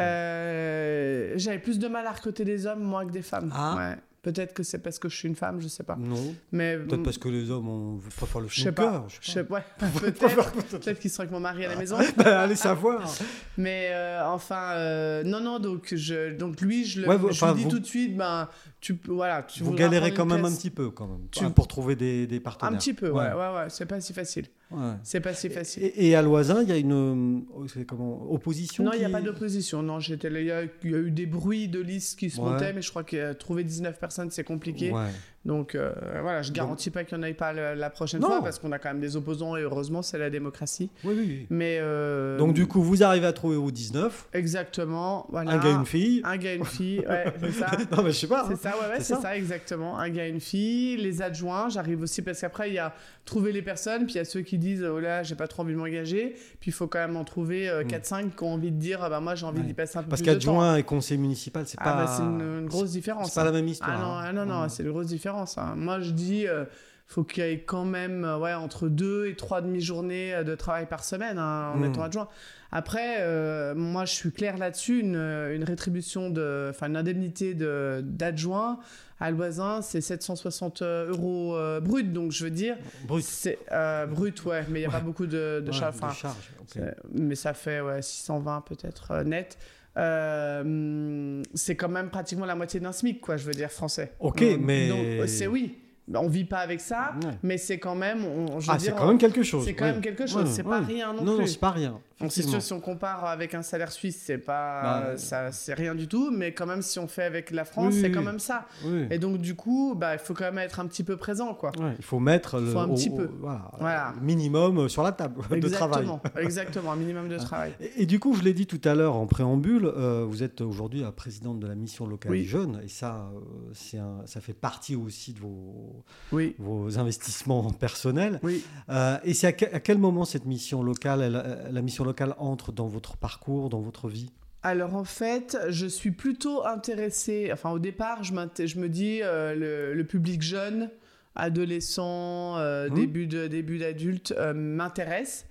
Speaker 2: Euh, J'avais plus de mal à recruter des hommes, moi, que des femmes.
Speaker 1: Ah.
Speaker 2: Ouais. Peut-être que c'est parce que je suis une femme, je sais pas.
Speaker 1: non.
Speaker 2: Mais
Speaker 1: Peut-être parce que les hommes on préfère le
Speaker 2: hmm. je sais
Speaker 1: snooker.
Speaker 2: pas. Je sais ouais, (laughs) peut-être.
Speaker 1: Peut-être.
Speaker 2: Peut-être qu'il serait avec mon mari à la maison.
Speaker 1: (laughs) Bah, allez savoir.
Speaker 2: Mais euh, enfin, euh, non, non. Donc je, donc lui, je le,
Speaker 1: Ouais, vous-
Speaker 2: je lui
Speaker 1: enfin,
Speaker 2: dis
Speaker 1: vous-
Speaker 2: tout de suite, ben, tu, voilà, (laughs) tu
Speaker 1: vous
Speaker 2: voudras
Speaker 1: galérez quand
Speaker 2: prendre une
Speaker 1: même un
Speaker 2: pièce-
Speaker 1: petit peu, quand même,
Speaker 2: Tu-
Speaker 1: pour trouver des, des partenaires.
Speaker 2: Un petit peu, ouais,
Speaker 1: Ouais.
Speaker 2: ouais, ouais. c'est pas si facile.
Speaker 1: Ouais.
Speaker 2: C'est pas si facile.
Speaker 1: Et, et à Loisin, il y a une euh, c'est comment, opposition
Speaker 2: non, il
Speaker 1: qui-
Speaker 2: n'y a pas d'opposition. Non, j'étais là, il y, a- il y a eu des bruits de listes qui se
Speaker 1: Ouais.
Speaker 2: montaient, mais je crois que euh, trouver 19 personnes, c'est compliqué.
Speaker 1: Ouais.
Speaker 2: Donc euh, voilà, je garantis pas qu'il n'y en ait pas la, la prochaine
Speaker 1: Non.
Speaker 2: fois, parce qu'on a quand même des opposants, et heureusement, c'est la démocratie.
Speaker 1: Oui, oui, oui.
Speaker 2: Mais. euh,
Speaker 1: Donc du coup, vous arrivez à trouver au 19,
Speaker 2: Exactement. Voilà.
Speaker 1: un gars, une fille.
Speaker 2: Un gars, une fille. Ouais, c'est ça.
Speaker 1: (laughs) non, mais je sais pas. hein.
Speaker 2: C'est ça, ouais, ouais,
Speaker 1: C'est
Speaker 2: c'est
Speaker 1: ça.
Speaker 2: ça. exactement. Un gars, une fille, les adjoints, j'arrive aussi parce qu'après, il y a trouver les personnes, puis il y a ceux qui disent, oh là, j'ai pas trop envie de m'engager, puis il faut quand même en trouver
Speaker 1: Mm.
Speaker 2: 4-5 qui ont envie de dire, ah bah moi, j'ai envie
Speaker 1: Ouais.
Speaker 2: d'y passer un peu
Speaker 1: Parce
Speaker 2: plus de temps.
Speaker 1: qu'adjoint et conseil municipal, c'est
Speaker 2: Ah
Speaker 1: pas.
Speaker 2: bah, c'est une, une grosse différence.
Speaker 1: C'est pas
Speaker 2: hein.
Speaker 1: la même histoire.
Speaker 2: Ah non,
Speaker 1: hein.
Speaker 2: ah non, non,
Speaker 1: Mm.
Speaker 2: c'est une grosse différence. hein. Moi, je dis, euh, faut qu'il y ait quand même euh, ouais, entre deux et trois demi-journées euh, de travail par semaine hein, en
Speaker 1: Mm.
Speaker 2: étant adjoint. Après, euh, moi, je suis clair là-dessus, une, euh, une rétribution, de- enfin, une indemnité de- d'adjoint à Loisin, c'est 760 euros euh, brut, donc je veux dire,
Speaker 1: Brut.
Speaker 2: c'est euh, brut, ouais, mais il n'y a pas beaucoup de, de
Speaker 1: Ouais,
Speaker 2: charges. enfin,
Speaker 1: charge, ok.
Speaker 2: euh, mais ça fait ouais, 620 peut-être euh, net. Euh, c'est quand même pratiquement la moitié d'un SMIC, quoi, je veux dire, français.
Speaker 1: Ok,
Speaker 2: Euh,
Speaker 1: mais-
Speaker 2: donc, euh, c'est oui, on vit pas avec ça,
Speaker 1: Ouais.
Speaker 2: mais c'est quand même... on- je veux
Speaker 1: Ah,
Speaker 2: dire, euh,
Speaker 1: c'est quand même quelque chose.
Speaker 2: c'est quand
Speaker 1: ouais.
Speaker 2: même quelque chose,
Speaker 1: Ouais,
Speaker 2: c'est pas
Speaker 1: ouais.
Speaker 2: rien non,
Speaker 1: Non, non,
Speaker 2: plus.
Speaker 1: c'est pas rien.
Speaker 2: Donc, c'est
Speaker 1: effectivement.
Speaker 2: sûr, si on compare avec un salaire suisse, c'est pas,
Speaker 1: Bah,
Speaker 2: euh, ça, c'est rien du tout, mais quand même, si on fait avec la France,
Speaker 1: Oui,
Speaker 2: c'est
Speaker 1: oui,
Speaker 2: quand
Speaker 1: oui.
Speaker 2: même ça.
Speaker 1: Oui.
Speaker 2: Et donc, du coup, bah, il faut quand même être un petit peu présent, quoi.
Speaker 1: Ouais, il faut mettre le
Speaker 2: Faut un
Speaker 1: au-
Speaker 2: petit
Speaker 1: au-
Speaker 2: peu.
Speaker 1: voilà,
Speaker 2: Voilà.
Speaker 1: euh, minimum euh, sur la table (laughs) de travail.
Speaker 2: exactement, exactement, un minimum de travail.
Speaker 1: Et, et du coup, je l'ai dit tout à l'heure en préambule, euh, vous êtes aujourd'hui la présidente de la mission locale
Speaker 2: Oui.
Speaker 1: des jeunes, et ça, euh, c'est un- ça fait partie aussi de vos,
Speaker 2: Oui,
Speaker 1: vos investissements personnels.
Speaker 2: oui.
Speaker 1: Euh, et c'est à, que- à quel moment cette mission locale, elle, euh, la mission locale entre dans votre parcours, dans votre vie
Speaker 2: Alors en fait, je suis plutôt intéressée, enfin au départ, je, m'inté- je me dis euh, le, le public jeune, adolescent, euh,
Speaker 1: Mhm.
Speaker 2: début de début d'adulte euh, m'intéresse.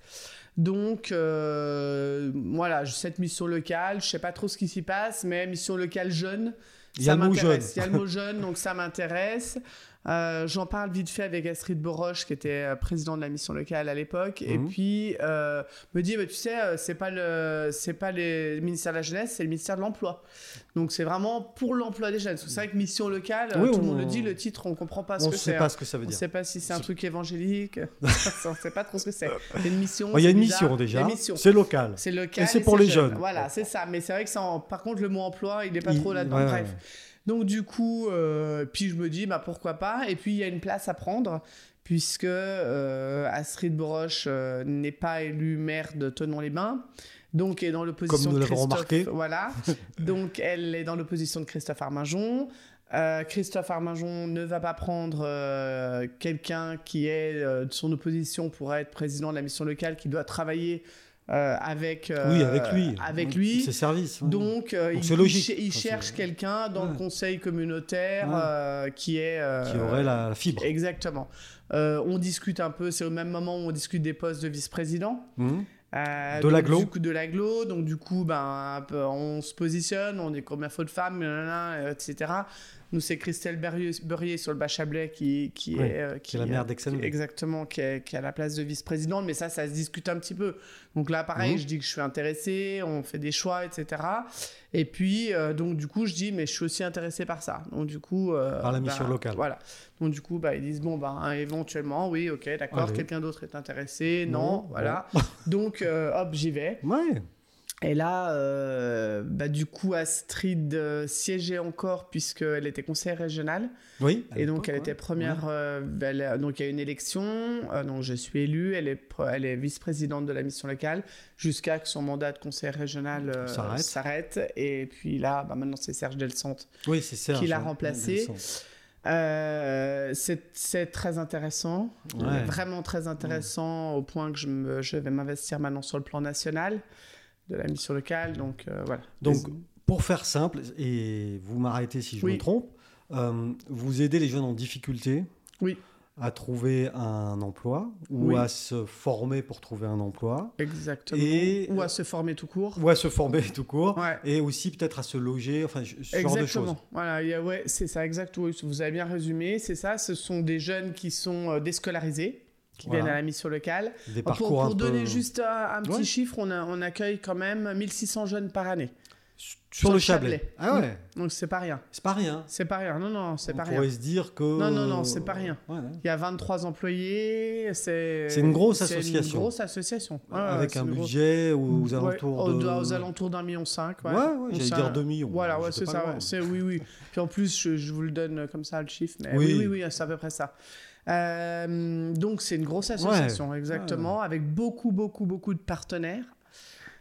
Speaker 2: Donc euh, voilà, j'ai cette mission locale, je sais pas trop ce qui s'y passe, mais mission locale jeune,
Speaker 1: Il y a
Speaker 2: ça
Speaker 1: le mot jeune.
Speaker 2: m'intéresse. Il y a
Speaker 1: (laughs)
Speaker 2: le mot jeune, donc ça m'intéresse. Euh, J'en parle vite fait avec Astrid Boroche, qui était euh, président de la mission locale à l'époque, et
Speaker 1: Mhm.
Speaker 2: puis euh, me dit, bah, tu sais, euh, c'est pas le, c'est pas le ministère de la jeunesse, c'est le ministère de l'emploi. Donc c'est vraiment pour l'emploi des jeunes. Parce que C'est vrai que mission locale, euh,
Speaker 1: Oui,
Speaker 2: tout le
Speaker 1: on-
Speaker 2: monde le dit, le titre, on comprend pas ce
Speaker 1: On ne
Speaker 2: que
Speaker 1: sait
Speaker 2: c'est.
Speaker 1: pas
Speaker 2: hein.
Speaker 1: ce que ça veut
Speaker 2: On
Speaker 1: dire.
Speaker 2: sait pas si c'est un
Speaker 1: C'est-
Speaker 2: truc
Speaker 1: (laughs)
Speaker 2: évangélique, (laughs) on sait pas trop ce que c'est. Il y a une mission.
Speaker 1: Oh, Il y a
Speaker 2: c'est
Speaker 1: une
Speaker 2: bizarre.
Speaker 1: mission
Speaker 2: Il y a
Speaker 1: déjà,
Speaker 2: une mission.
Speaker 1: c'est local.
Speaker 2: C'est local.
Speaker 1: Et c'est pour les
Speaker 2: jeune.
Speaker 1: jeunes.
Speaker 2: Voilà, c'est ça. Mais c'est vrai que ça en- par contre, le mot emploi, il n'est pas
Speaker 1: Il-
Speaker 2: trop là-dedans.
Speaker 1: ouais,
Speaker 2: Bref.
Speaker 1: ouais.
Speaker 2: Donc, du coup, euh, puis je me dis, bah, pourquoi pas. Et puis, il y a une place à prendre, puisque euh, Astrid Boroche euh, n'est pas élue maire de Tonon-les-Bains. Donc, est dans l'opposition
Speaker 1: Comme nous
Speaker 2: de
Speaker 1: l'avons
Speaker 2: Christophe.
Speaker 1: remarqué. (laughs)
Speaker 2: Voilà. Donc, elle est dans l'opposition de Christophe Arminjon. Euh, Christophe Arminjon ne va pas prendre euh, quelqu'un qui est euh, de son opposition pour être président de la mission locale, qui doit travailler euh, avec, euh,
Speaker 1: oui, avec lui.
Speaker 2: avec
Speaker 1: Oui,
Speaker 2: lui.
Speaker 1: Ses services. oui.
Speaker 2: Donc, euh,
Speaker 1: Donc,
Speaker 2: il,
Speaker 1: c'est logique.
Speaker 2: il- il
Speaker 1: Enfin,
Speaker 2: cherche
Speaker 1: c'est-
Speaker 2: quelqu'un dans
Speaker 1: Ouais.
Speaker 2: le conseil communautaire
Speaker 1: Ouais.
Speaker 2: euh, qui est... euh,
Speaker 1: qui aurait la, la fibre.
Speaker 2: Exactement. Euh, on discute un peu, c'est au même moment où on discute des postes de vice-président.
Speaker 1: Mhm.
Speaker 2: Euh,
Speaker 1: De
Speaker 2: donc,
Speaker 1: l'aglo.
Speaker 2: du coup, De l'aglo. Donc, du coup, ben, un peu, on se positionne, on est combien faut de femmes, nanana, euh, etc. Nous, c'est Christelle Berrieux- Berrier sur le Bachablais qui, qui
Speaker 1: Oui,
Speaker 2: est... euh,
Speaker 1: Qui est la mère d'Exxon.
Speaker 2: qui- Exactement, qui est, qui est à la place de vice-présidente, mais ça, ça se discute un petit peu. Donc là, pareil,
Speaker 1: Mhm.
Speaker 2: je dis que je suis intéressé, on fait des choix, etc. Et puis, euh, donc du coup, je dis, mais je suis aussi intéressé par ça. Donc du coup... euh,
Speaker 1: Par la mission locale.
Speaker 2: Voilà. Donc du coup, bah, ils disent, bon, bah, hein, éventuellement, oui, ok, d'accord,
Speaker 1: Allez.
Speaker 2: quelqu'un d'autre est intéressé, non,
Speaker 1: Non,
Speaker 2: voilà. (laughs) donc, euh, hop, j'y vais.
Speaker 1: Ouais.
Speaker 2: Et là, euh, bah, du coup, Astrid euh, siégeait encore puisqu'elle était conseillère régionale.
Speaker 1: Oui. à
Speaker 2: Et donc,
Speaker 1: l'époque,
Speaker 2: elle
Speaker 1: ouais. Mmh.
Speaker 2: était première. euh, elle a- donc, il y a une élection. euh, donc, je suis élue. Elle est, pre- elle est vice-présidente de la mission locale jusqu'à que son mandat de conseil régional euh,
Speaker 1: S'arrête.
Speaker 2: s'arrête. Et puis là, bah, maintenant, c'est Serge Delcente.
Speaker 1: Oui, c'est Serge.
Speaker 2: qui l'a
Speaker 1: ouais. Mmh,
Speaker 2: remplacé. Euh, c'est c'est très intéressant.
Speaker 1: Ouais.
Speaker 2: Vraiment très intéressant au point que je, me- je vais m'investir maintenant sur le plan national de la mission locale. Donc, euh, voilà.
Speaker 1: Donc, Pour faire simple, et vous m'arrêtez si je
Speaker 2: Oui.
Speaker 1: me trompe, euh, vous aidez les jeunes en difficulté
Speaker 2: Oui.
Speaker 1: à trouver un emploi ou
Speaker 2: Oui.
Speaker 1: à se former pour trouver un emploi
Speaker 2: Exactement.
Speaker 1: et- euh,
Speaker 2: Ou à se former tout court.
Speaker 1: ou à se former (laughs) tout court
Speaker 2: Ouais.
Speaker 1: et aussi peut-être à se loger, enfin ce genre de
Speaker 2: Exactement.
Speaker 1: choses.
Speaker 2: Voilà, il y a- ouais, c'est ça, exact. oui, Vous avez bien résumé. C'est ça. Ce sont des jeunes qui sont euh, déscolarisés, qui
Speaker 1: Voilà.
Speaker 2: viennent à la mission locale.
Speaker 1: Des
Speaker 2: Pour,
Speaker 1: parcours
Speaker 2: pour
Speaker 1: un peu...
Speaker 2: donner juste un, un petit
Speaker 1: Ouais.
Speaker 2: chiffre, on, a- on accueille quand même 1600 jeunes par année.
Speaker 1: Sur le Chablais. Ah ouais,
Speaker 2: Donc c'est pas rien.
Speaker 1: c'est pas rien.
Speaker 2: C'est pas rien. Non, non, Mm. c'est
Speaker 1: On
Speaker 2: pas
Speaker 1: pourrait
Speaker 2: rien.
Speaker 1: se dire que.
Speaker 2: Non, non, non, c'est pas rien.
Speaker 1: Ouais, ouais.
Speaker 2: Il y a 23 employés. C'est
Speaker 1: C'est une grosse
Speaker 2: c'est
Speaker 1: association.
Speaker 2: Une grosse association. Ouais,
Speaker 1: Avec
Speaker 2: c'est
Speaker 1: un
Speaker 2: une grosse-
Speaker 1: budget aux
Speaker 2: Ouais,
Speaker 1: alentours
Speaker 2: aux-
Speaker 1: de.
Speaker 2: aux alentours d'un million cinq.
Speaker 1: Ouais,
Speaker 2: Ouais,
Speaker 1: ouais,
Speaker 2: Ou
Speaker 1: j'allais
Speaker 2: ça-
Speaker 1: dire 2 millions.
Speaker 2: Voilà, ouais,
Speaker 1: J'étais pas
Speaker 2: c'est ça.
Speaker 1: loin.
Speaker 2: ouais, c'est- oui, oui. Puis en plus, je, je vous le donne euh, comme ça, le chiffre. Mais
Speaker 1: Oui.
Speaker 2: oui, oui, oui, c'est à peu près ça. Euh, donc, c'est une grosse association, exactement, avec beaucoup, beaucoup, beaucoup de partenaires.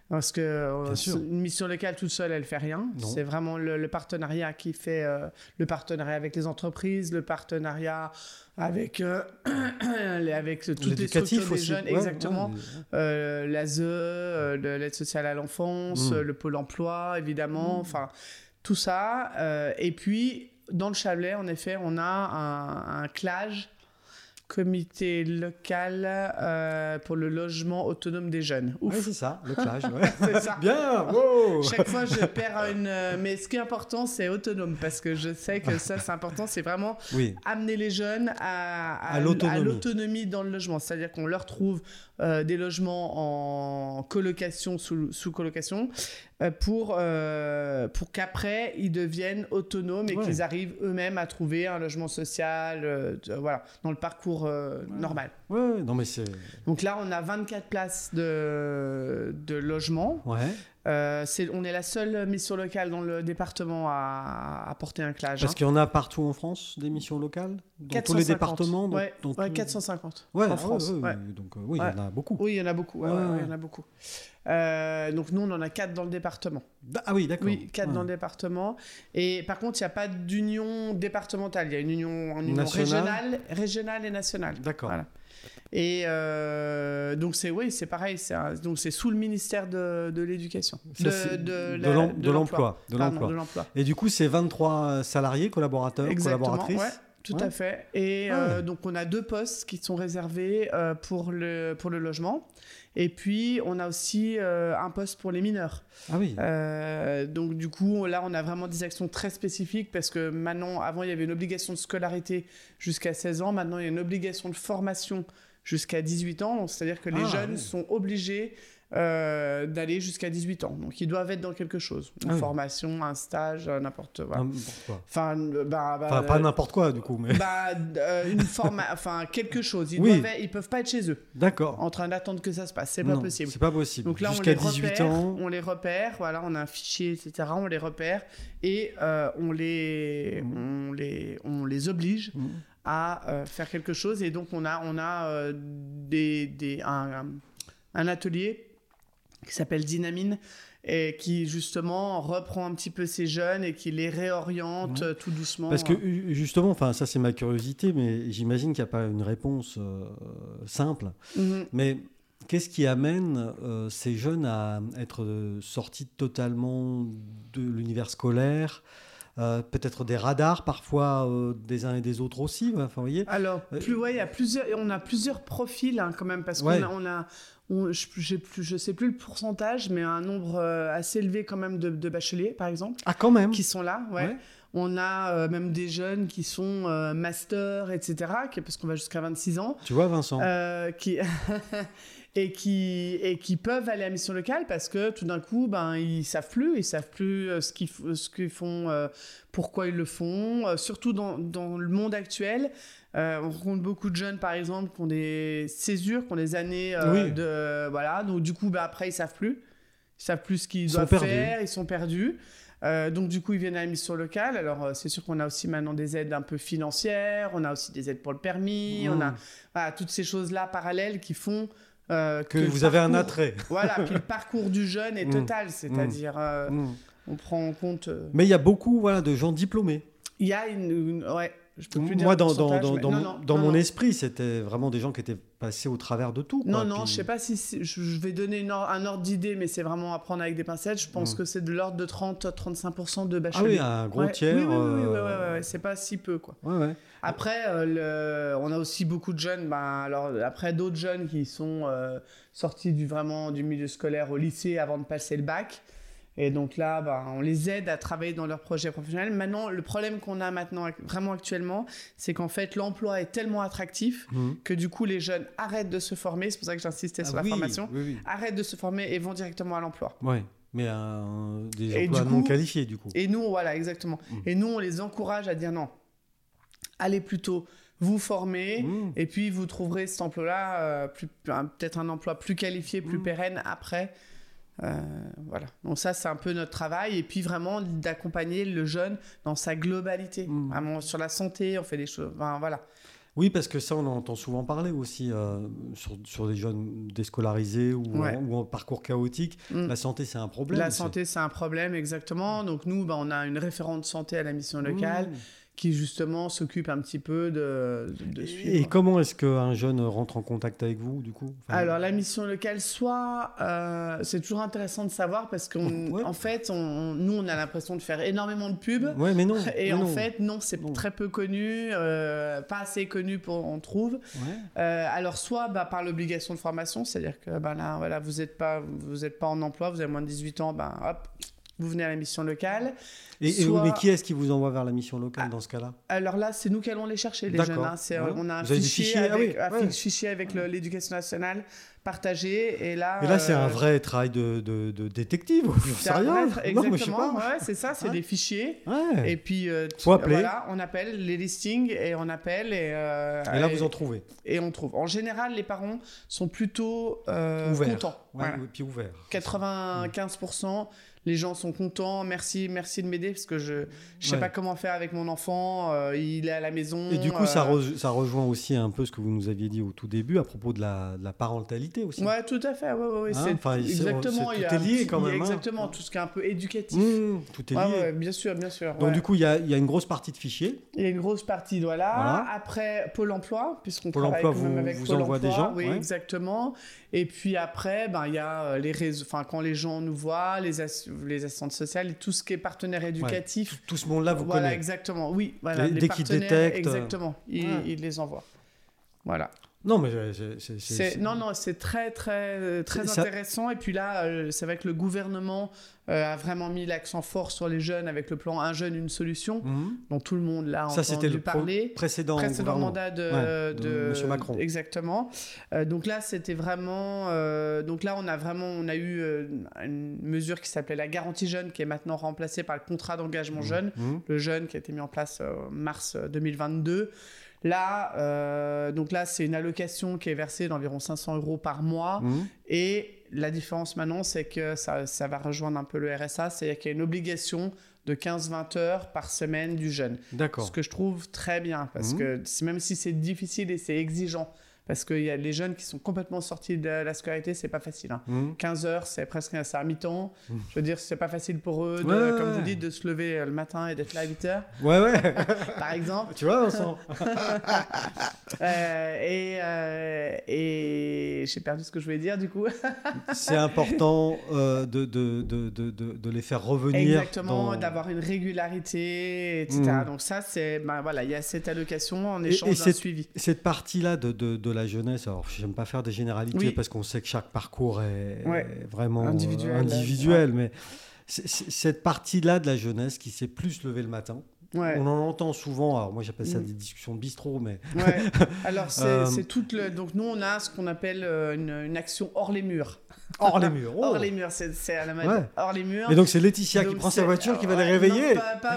Speaker 2: Parce que euh,
Speaker 1: Bien sûr.
Speaker 2: c'est une mission locale toute seule, elle fait rien.
Speaker 1: Non.
Speaker 2: C'est vraiment le, le partenariat qui fait euh, le partenariat avec les entreprises, le partenariat avec, euh, (clears throat) les- avec toutes les
Speaker 1: L'éducatif
Speaker 2: structures des
Speaker 1: aussi.
Speaker 2: jeunes,
Speaker 1: Ouais,
Speaker 2: exactement.
Speaker 1: ouais,
Speaker 2: Euh, l'ASE, euh, le- l'aide sociale à l'enfance,
Speaker 1: Mm.
Speaker 2: euh, le pôle emploi, évidemment,
Speaker 1: Hmm.
Speaker 2: enfin, tout ça. Euh, et puis, dans le Chablais, en effet, on a un, un CLAGE, Comité local euh, pour le logement autonome des jeunes. Ouf,
Speaker 1: Ouais,
Speaker 2: (laughs)
Speaker 1: c'est ça, le clash. ouais.
Speaker 2: c'est ça.
Speaker 1: Bien, wow
Speaker 2: Chaque fois, je perds une. euh, Mais ce qui est important, c'est autonome, parce que je sais que ça, c'est important. C'est vraiment
Speaker 1: Oui,
Speaker 2: amener les jeunes à,
Speaker 1: À l'autonomie.
Speaker 2: l'autonomie dans le logement. C'est-à-dire qu'on leur trouve euh, des logements en colocation, sous, sous colocation, euh, pour, euh, pour qu'après, ils deviennent autonomes et
Speaker 1: Ouais.
Speaker 2: qu'ils arrivent eux-mêmes à trouver un logement social, euh, t- euh, voilà, dans le parcours euh, normal.
Speaker 1: ouais, non mais c'est.
Speaker 2: Donc là, on a 24 places de, de logements.
Speaker 1: Ouais.
Speaker 2: Euh, c'est- on est la seule mission locale dans le département à, à porter un clage.
Speaker 1: Parce
Speaker 2: hein.
Speaker 1: qu'il y en a partout en France des missions locales Dans tous les
Speaker 2: 450.
Speaker 1: départements dans-
Speaker 2: ouais,
Speaker 1: dans
Speaker 2: ouais,
Speaker 1: tous-
Speaker 2: 450
Speaker 1: Ouais,
Speaker 2: en
Speaker 1: ah
Speaker 2: France.
Speaker 1: ouais, ouais,
Speaker 2: ouais.
Speaker 1: Donc, euh, oui,
Speaker 2: Ouais.
Speaker 1: il y en a beaucoup.
Speaker 2: Oui, il y en a beaucoup. ouais,
Speaker 1: Ouais,
Speaker 2: ouais,
Speaker 1: ouais.
Speaker 2: ouais, il y en a beaucoup. Euh, donc nous, on en a quatre dans le département.
Speaker 1: Da- Ah oui, d'accord.
Speaker 2: Oui, quatre
Speaker 1: Ouais.
Speaker 2: dans le département. Et par contre, il n'y a pas d'union départementale. Il y a une union, une union
Speaker 1: Nationale.
Speaker 2: régionale, régionale et nationale.
Speaker 1: D'accord.
Speaker 2: Voilà. Et euh, donc c'est oui, c'est pareil. C'est un- donc c'est sous le ministère de, de l'éducation,
Speaker 1: Ça, c'est-
Speaker 2: de, de la-
Speaker 1: l'em-
Speaker 2: de
Speaker 1: de l'emploi. De
Speaker 2: Pardon,
Speaker 1: l'emploi.
Speaker 2: de l'emploi.
Speaker 1: Et du coup, c'est 23 salariés, collaborateurs,
Speaker 2: Exactement.
Speaker 1: collaboratrices.
Speaker 2: ouais, tout
Speaker 1: Ouais.
Speaker 2: à fait. Et
Speaker 1: Ah
Speaker 2: euh,
Speaker 1: ouais.
Speaker 2: donc on a deux postes qui sont réservés euh, pour le pour le logement. Et puis on a aussi euh, un poste pour les mineurs.
Speaker 1: Ah oui.
Speaker 2: Euh, donc du coup, là, on a vraiment des actions très spécifiques parce que maintenant, avant, il y avait une obligation de scolarité jusqu'à 16 ans. Maintenant, il y a une obligation de formation jusqu'à 18 ans. Donc, C'est-à-dire que les
Speaker 1: Ah,
Speaker 2: jeunes
Speaker 1: oui.
Speaker 2: sont obligés euh, d'aller jusqu'à 18 ans. Donc ils doivent être dans quelque chose. Une
Speaker 1: Ah oui.
Speaker 2: formation, un stage, euh, n'importe quoi.
Speaker 1: N'importe quoi.
Speaker 2: Enfin, euh, bah, bah,
Speaker 1: Enfin, pas
Speaker 2: euh,
Speaker 1: n'importe quoi, du coup, mais. (laughs)
Speaker 2: (laughs) bah, euh, une forma- enfin, quelque chose. Ils,
Speaker 1: Oui.
Speaker 2: doivent être- ils peuvent pas être chez eux
Speaker 1: D'accord.
Speaker 2: en train d'attendre que ça se passe. C'est pas
Speaker 1: Non,
Speaker 2: possible.
Speaker 1: C'est pas possible.
Speaker 2: Donc là, on
Speaker 1: Jusqu'à
Speaker 2: les
Speaker 1: 18
Speaker 2: repère,
Speaker 1: ans.
Speaker 2: on les repère, voilà, on a un fichier, etc. On les repère et euh, on, les, on, les, on les oblige
Speaker 1: Mhm.
Speaker 2: à euh, faire quelque chose. Et donc, on a, on a euh, des, des- un, un atelier qui s'appelle Dynamine et qui, justement, reprend un petit peu ces jeunes et qui les réoriente
Speaker 1: Ouais.
Speaker 2: euh, tout doucement.
Speaker 1: Parce que u- justement, enfin, ça c'est ma curiosité, mais j'imagine qu'il n'y a pas une réponse euh, simple.
Speaker 2: Mhm.
Speaker 1: Mais qu'est-ce qui amène euh, ces jeunes à être euh, sortis totalement de l'univers scolaire Euh, Peut-être des radars parfois euh, des uns et des autres aussi. Enfin, vous voyez.
Speaker 2: Alors,
Speaker 1: Euh,
Speaker 2: plus, ouais, il y a plusieurs, on a plusieurs profils hein, quand même, parce
Speaker 1: Ouais.
Speaker 2: qu'on a, on a on- je, j'ai plus, je sais plus le pourcentage, mais un nombre euh, assez élevé quand même de, de bacheliers, par exemple,
Speaker 1: Ah, quand même.
Speaker 2: qui sont là. Ouais.
Speaker 1: Ouais.
Speaker 2: On a euh, même des jeunes qui sont euh, masters, etc., qui- parce qu'on va jusqu'à 26 ans,
Speaker 1: Tu vois, Vincent.
Speaker 2: euh, qui (laughs) et qui et qui peuvent aller à mission locale parce que tout d'un coup ben ils savent plus ils savent plus euh, ce qu'ils f- ce qu'ils font euh, pourquoi ils le font Euh, surtout dans, dans le monde actuel euh, on rencontre beaucoup de jeunes par exemple qui ont des césures qui ont des années euh,
Speaker 1: Oui.
Speaker 2: de voilà donc du coup ben, après ils savent plus ils savent plus ce qu'ils
Speaker 1: Ils sont
Speaker 2: doivent
Speaker 1: perdus.
Speaker 2: faire ils sont perdus Euh, donc du coup ils viennent à la mission locale alors euh, c'est sûr qu'on a aussi maintenant des aides un peu financières on a aussi des aides pour le permis on a
Speaker 1: Mmh.
Speaker 2: voilà, toutes ces choses-là parallèles qui font euh,
Speaker 1: que
Speaker 2: le
Speaker 1: vous avez un
Speaker 2: parcours-
Speaker 1: attrait. (laughs)
Speaker 2: Voilà, que le parcours du jeune est
Speaker 1: Mm.
Speaker 2: total, c'est-à-dire euh,
Speaker 1: Mmh.
Speaker 2: on prend en compte. euh,
Speaker 1: Mais il y a beaucoup voilà, de gens diplômés. Mmh.
Speaker 2: Il y a une, une- ouais, je peux plus dire.
Speaker 1: Moi,
Speaker 2: le
Speaker 1: dans, dans,
Speaker 2: pourcentage,
Speaker 1: dans,
Speaker 2: mais-
Speaker 1: dans
Speaker 2: non,
Speaker 1: mon-
Speaker 2: non,
Speaker 1: dans
Speaker 2: non,
Speaker 1: mon
Speaker 2: non.
Speaker 1: esprit, c'était vraiment des gens qui étaient passés au travers de tout.
Speaker 2: Non,
Speaker 1: quoi.
Speaker 2: non,
Speaker 1: Ah, Puis-
Speaker 2: je sais pas si c'est- je je vais donner une or- un ordre d'idée, mais c'est vraiment à prendre avec des pincettes. Je pense
Speaker 1: Mm.
Speaker 2: que c'est de l'ordre de
Speaker 1: Ah
Speaker 2: 30-35% de
Speaker 1: oui,
Speaker 2: bacheliers.
Speaker 1: un gros
Speaker 2: Ouais.
Speaker 1: tiers.
Speaker 2: Oui, oui,
Speaker 1: euh,
Speaker 2: oui, oui, ouais, ouais, ouais, ouais, c'est pas si peu, quoi.
Speaker 1: ouais, ouais.
Speaker 2: Après, euh, le- on a aussi beaucoup de jeunes, ben, alors, après d'autres jeunes qui sont euh, sortis du, vraiment du milieu scolaire au lycée avant de passer le bac. Et donc là, ben, on les aide à travailler dans leurs projets professionnels. Maintenant, le problème qu'on a maintenant, ac- vraiment actuellement, c'est qu'en fait, l'emploi est tellement attractif
Speaker 1: Mmh.
Speaker 2: que du coup, les jeunes arrêtent de se former. C'est pour ça que j'insistais sur
Speaker 1: Ah
Speaker 2: la
Speaker 1: oui,
Speaker 2: formation.
Speaker 1: Oui, oui.
Speaker 2: Arrêtent de se former et vont directement à l'emploi.
Speaker 1: Ouais. mais un- des
Speaker 2: Et
Speaker 1: emplois
Speaker 2: du
Speaker 1: non
Speaker 2: coup-
Speaker 1: qualifiés du coup.
Speaker 2: Et nous, voilà, exactement.
Speaker 1: Mm.
Speaker 2: Et nous, on les encourage à dire non. Allez plutôt vous former,
Speaker 1: Mm.
Speaker 2: et puis vous trouverez cet emploi-là, euh, plus- un- peut-être un emploi plus qualifié, plus
Speaker 1: Mm.
Speaker 2: pérenne après. Euh, voilà. Donc ça, c'est un peu notre travail. Et puis vraiment d'accompagner le jeune dans sa globalité.
Speaker 1: Mm.
Speaker 2: Vraiment, sur la santé, on fait des choses. Enfin, voilà.
Speaker 1: Oui, parce que ça, on en entend souvent parler aussi euh, sur, sur des jeunes déscolarisés ou,
Speaker 2: Ouais.
Speaker 1: en, ou en parcours chaotique.
Speaker 2: Mm.
Speaker 1: La santé, c'est un problème.
Speaker 2: la
Speaker 1: c'est-
Speaker 2: santé, c'est un problème, exactement. Donc nous, bah, on a une référente santé à la mission locale
Speaker 1: Mm.
Speaker 2: qui justement s'occupe un petit peu de, de, de suivre.
Speaker 1: Et comment est-ce qu'un jeune rentre en contact avec vous, du coup Enfin,
Speaker 2: Alors la mission locale, soit euh, c'est toujours intéressant de savoir parce qu'on,
Speaker 1: Ouais.
Speaker 2: en fait, on- on- nous on a l'impression de faire énormément de pubs
Speaker 1: Ouais, mais non. mais
Speaker 2: (laughs) et en
Speaker 1: non.
Speaker 2: fait non, c'est
Speaker 1: Non.
Speaker 2: très peu connu, euh, pas assez connu pour on trouve.
Speaker 1: Ouais.
Speaker 2: Euh, alors soit bah, par l'obligation de formation, c'est-à-dire que bah, là voilà vous n'êtes pas vous êtes pas en emploi, vous avez moins de 18 ans, ben hop vous venez à la mission locale.
Speaker 1: Et, et-
Speaker 2: soit- Ah,
Speaker 1: Mais qui est-ce qui vous envoie vers la mission locale dans ce cas-là
Speaker 2: Alors là, c'est nous qui allons les chercher, les
Speaker 1: D'accord.
Speaker 2: jeunes. hein. C'est, euh,
Speaker 1: Ouais.
Speaker 2: On a un
Speaker 1: Vous avez des
Speaker 2: fichier,
Speaker 1: fichiers, ah
Speaker 2: avec,
Speaker 1: oui,
Speaker 2: un
Speaker 1: ouais.
Speaker 2: fichier avec le- l'éducation nationale partagé. Et là,
Speaker 1: Et là, c'est
Speaker 2: euh,
Speaker 1: un vrai travail de, de, de détective. (laughs) J'en
Speaker 2: C'est
Speaker 1: sais
Speaker 2: un
Speaker 1: rien.
Speaker 2: vrai-
Speaker 1: Non, mais je sais
Speaker 2: Exactement,
Speaker 1: pas.
Speaker 2: ouais, c'est ça, c'est
Speaker 1: Ouais.
Speaker 2: des fichiers.
Speaker 1: Ouais.
Speaker 2: Et puis, euh, tu-
Speaker 1: Faut appeler.
Speaker 2: voilà, on appelle les listings et on appelle et, euh,
Speaker 1: Et là,
Speaker 2: et-
Speaker 1: vous en trouvez.
Speaker 2: et on trouve. En général, les parents sont plutôt euh,
Speaker 1: Ouverts.
Speaker 2: contents.
Speaker 1: Ouais,
Speaker 2: Voilà.
Speaker 1: Et puis ouvert.
Speaker 2: 95%, les gens sont contents. Merci, merci de m'aider parce que je je sais
Speaker 1: Ouais.
Speaker 2: pas comment faire avec mon enfant. euh, il est à la maison.
Speaker 1: Et du coup, ça,
Speaker 2: euh,
Speaker 1: re- ça rejoint aussi un peu ce que vous nous aviez dit au tout début à propos de la, de la parentalité aussi.
Speaker 2: Ouais, tout à fait. Ouais, ouais, ouais,
Speaker 1: Hein,
Speaker 2: c'est
Speaker 1: enfin, c'est-
Speaker 2: exactement.
Speaker 1: c'est-
Speaker 2: il y a
Speaker 1: tout est
Speaker 2: un
Speaker 1: lié
Speaker 2: petit-
Speaker 1: quand
Speaker 2: il y a
Speaker 1: même, hein.
Speaker 2: Exactement, tout ce qui est un peu éducatif.
Speaker 1: Mmh, tout est lié.
Speaker 2: Ouais, ouais, bien sûr, bien sûr.
Speaker 1: Donc
Speaker 2: ouais.
Speaker 1: du coup, il y, a- il y a une grosse partie de fichiers.
Speaker 2: Il y a une grosse partie, voilà.
Speaker 1: Voilà.
Speaker 2: Après, Pôle emploi, puisqu'on
Speaker 1: Pôle
Speaker 2: travaille
Speaker 1: emploi
Speaker 2: quand même
Speaker 1: vous-
Speaker 2: avec
Speaker 1: vous
Speaker 2: Pôle
Speaker 1: envoie des
Speaker 2: emploi,
Speaker 1: gens,
Speaker 2: Oui,
Speaker 1: ouais.
Speaker 2: exactement. Et puis après, ben, il y a euh, les réseaux, enfin, quand les gens nous voient, les, ass- les assistantes sociales, et tout ce qui est partenaire
Speaker 1: Tout,
Speaker 2: éducatif.
Speaker 1: tout ce monde-là vous
Speaker 2: voilà,
Speaker 1: connaît.
Speaker 2: exactement. Oui, voilà.
Speaker 1: Dès-
Speaker 2: les
Speaker 1: dès qu'ils
Speaker 2: partenaires,
Speaker 1: détectent, euh,
Speaker 2: Exactement. Ils,
Speaker 1: ouais.
Speaker 2: ils les envoient. Voilà.
Speaker 1: Non, mais euh, c'est- c'est- c'est-
Speaker 2: C'est- non, non, c'est très, très, euh, très
Speaker 1: C'est- ça-
Speaker 2: intéressant. Et puis là, euh, c'est vrai que le gouvernement euh, a vraiment mis l'accent fort sur les jeunes avec le plan Un jeune, une solution,
Speaker 1: Mmh.
Speaker 2: dont tout le monde l'a
Speaker 1: Ça, c'était
Speaker 2: entendu
Speaker 1: le pro-
Speaker 2: parler.
Speaker 1: précédent,
Speaker 2: Précédent
Speaker 1: gouvernement.
Speaker 2: mandat de,
Speaker 1: Ouais, de
Speaker 2: de-
Speaker 1: Monsieur Macron.
Speaker 2: Exactement. Euh, donc là, c'était vraiment. euh, donc là, on a vraiment, on a eu euh, une mesure qui s'appelait la garantie jeune, qui est maintenant remplacée par le contrat d'engagement jeune
Speaker 1: Mmh.
Speaker 2: le jeune qui a été mis en place euh, en mars euh, 2022. Là, euh, donc là, c'est une allocation qui est versée d'environ 500 euros par mois.
Speaker 1: Mmh.
Speaker 2: Et la différence maintenant, c'est que ça, ça va rejoindre un peu le RSA, c'est-à-dire qu'il y a une obligation de 15-20 heures par semaine du jeune.
Speaker 1: D'accord.
Speaker 2: Ce que je trouve très bien, parce
Speaker 1: Mhm.
Speaker 2: que c'est- même si c'est difficile et c'est exigeant, parce qu'il y a les jeunes qui sont complètement sortis de la scolarité, c'est pas facile. hein.
Speaker 1: Mmh.
Speaker 2: 15 heures, c'est presque c'est à mi-temps.
Speaker 1: Mm.
Speaker 2: Je veux dire, c'est pas facile pour eux, de,
Speaker 1: Ouais, ouais,
Speaker 2: comme
Speaker 1: ouais.
Speaker 2: vous dites, de se lever euh, le matin et d'être là à
Speaker 1: (laughs)
Speaker 2: 8 heures,
Speaker 1: Ouais, ouais.
Speaker 2: par exemple.
Speaker 1: tu vois, Vincent
Speaker 2: Euh, et euh, et j'ai perdu ce que je voulais dire du coup.
Speaker 1: C'est important euh, de, de, de, de, de- de les faire revenir.
Speaker 2: (laughs) Exactement,
Speaker 1: dans-
Speaker 2: d'avoir une régularité, etc.
Speaker 1: Mm.
Speaker 2: Donc ça, c'est ben voilà, il y a cette allocation en
Speaker 1: Et-
Speaker 2: échange
Speaker 1: et
Speaker 2: d'un
Speaker 1: c'est-
Speaker 2: suivi.
Speaker 1: Cette partie-là de, de, de la jeunesse, alors j'aime pas faire des généralités
Speaker 2: Oui.
Speaker 1: parce qu'on sait que chaque parcours est
Speaker 2: Ouais.
Speaker 1: est vraiment euh,
Speaker 2: Individuel,
Speaker 1: individuel, mais c'est- c'est- cette partie-là de la jeunesse qui s'est plus levée le matin,
Speaker 2: Ouais,
Speaker 1: on en entend souvent, alors moi j'appelle ça
Speaker 2: Mm.
Speaker 1: des discussions de bistrot, mais (laughs)
Speaker 2: ouais. Alors c'est
Speaker 1: Euh,
Speaker 2: c'est toute le. Donc nous, on a ce qu'on appelle euh, une, une action hors les murs.
Speaker 1: hors les murs. oh.
Speaker 2: Hors les murs, c'est c'est à la mode.
Speaker 1: Ouais.
Speaker 2: Hors les murs.
Speaker 1: Et donc c'est Laetitia qui
Speaker 2: Donc,
Speaker 1: prend sa
Speaker 2: c'est- Oh,
Speaker 1: voiture qui va les
Speaker 2: ouais,
Speaker 1: réveiller.
Speaker 2: non, pas, pas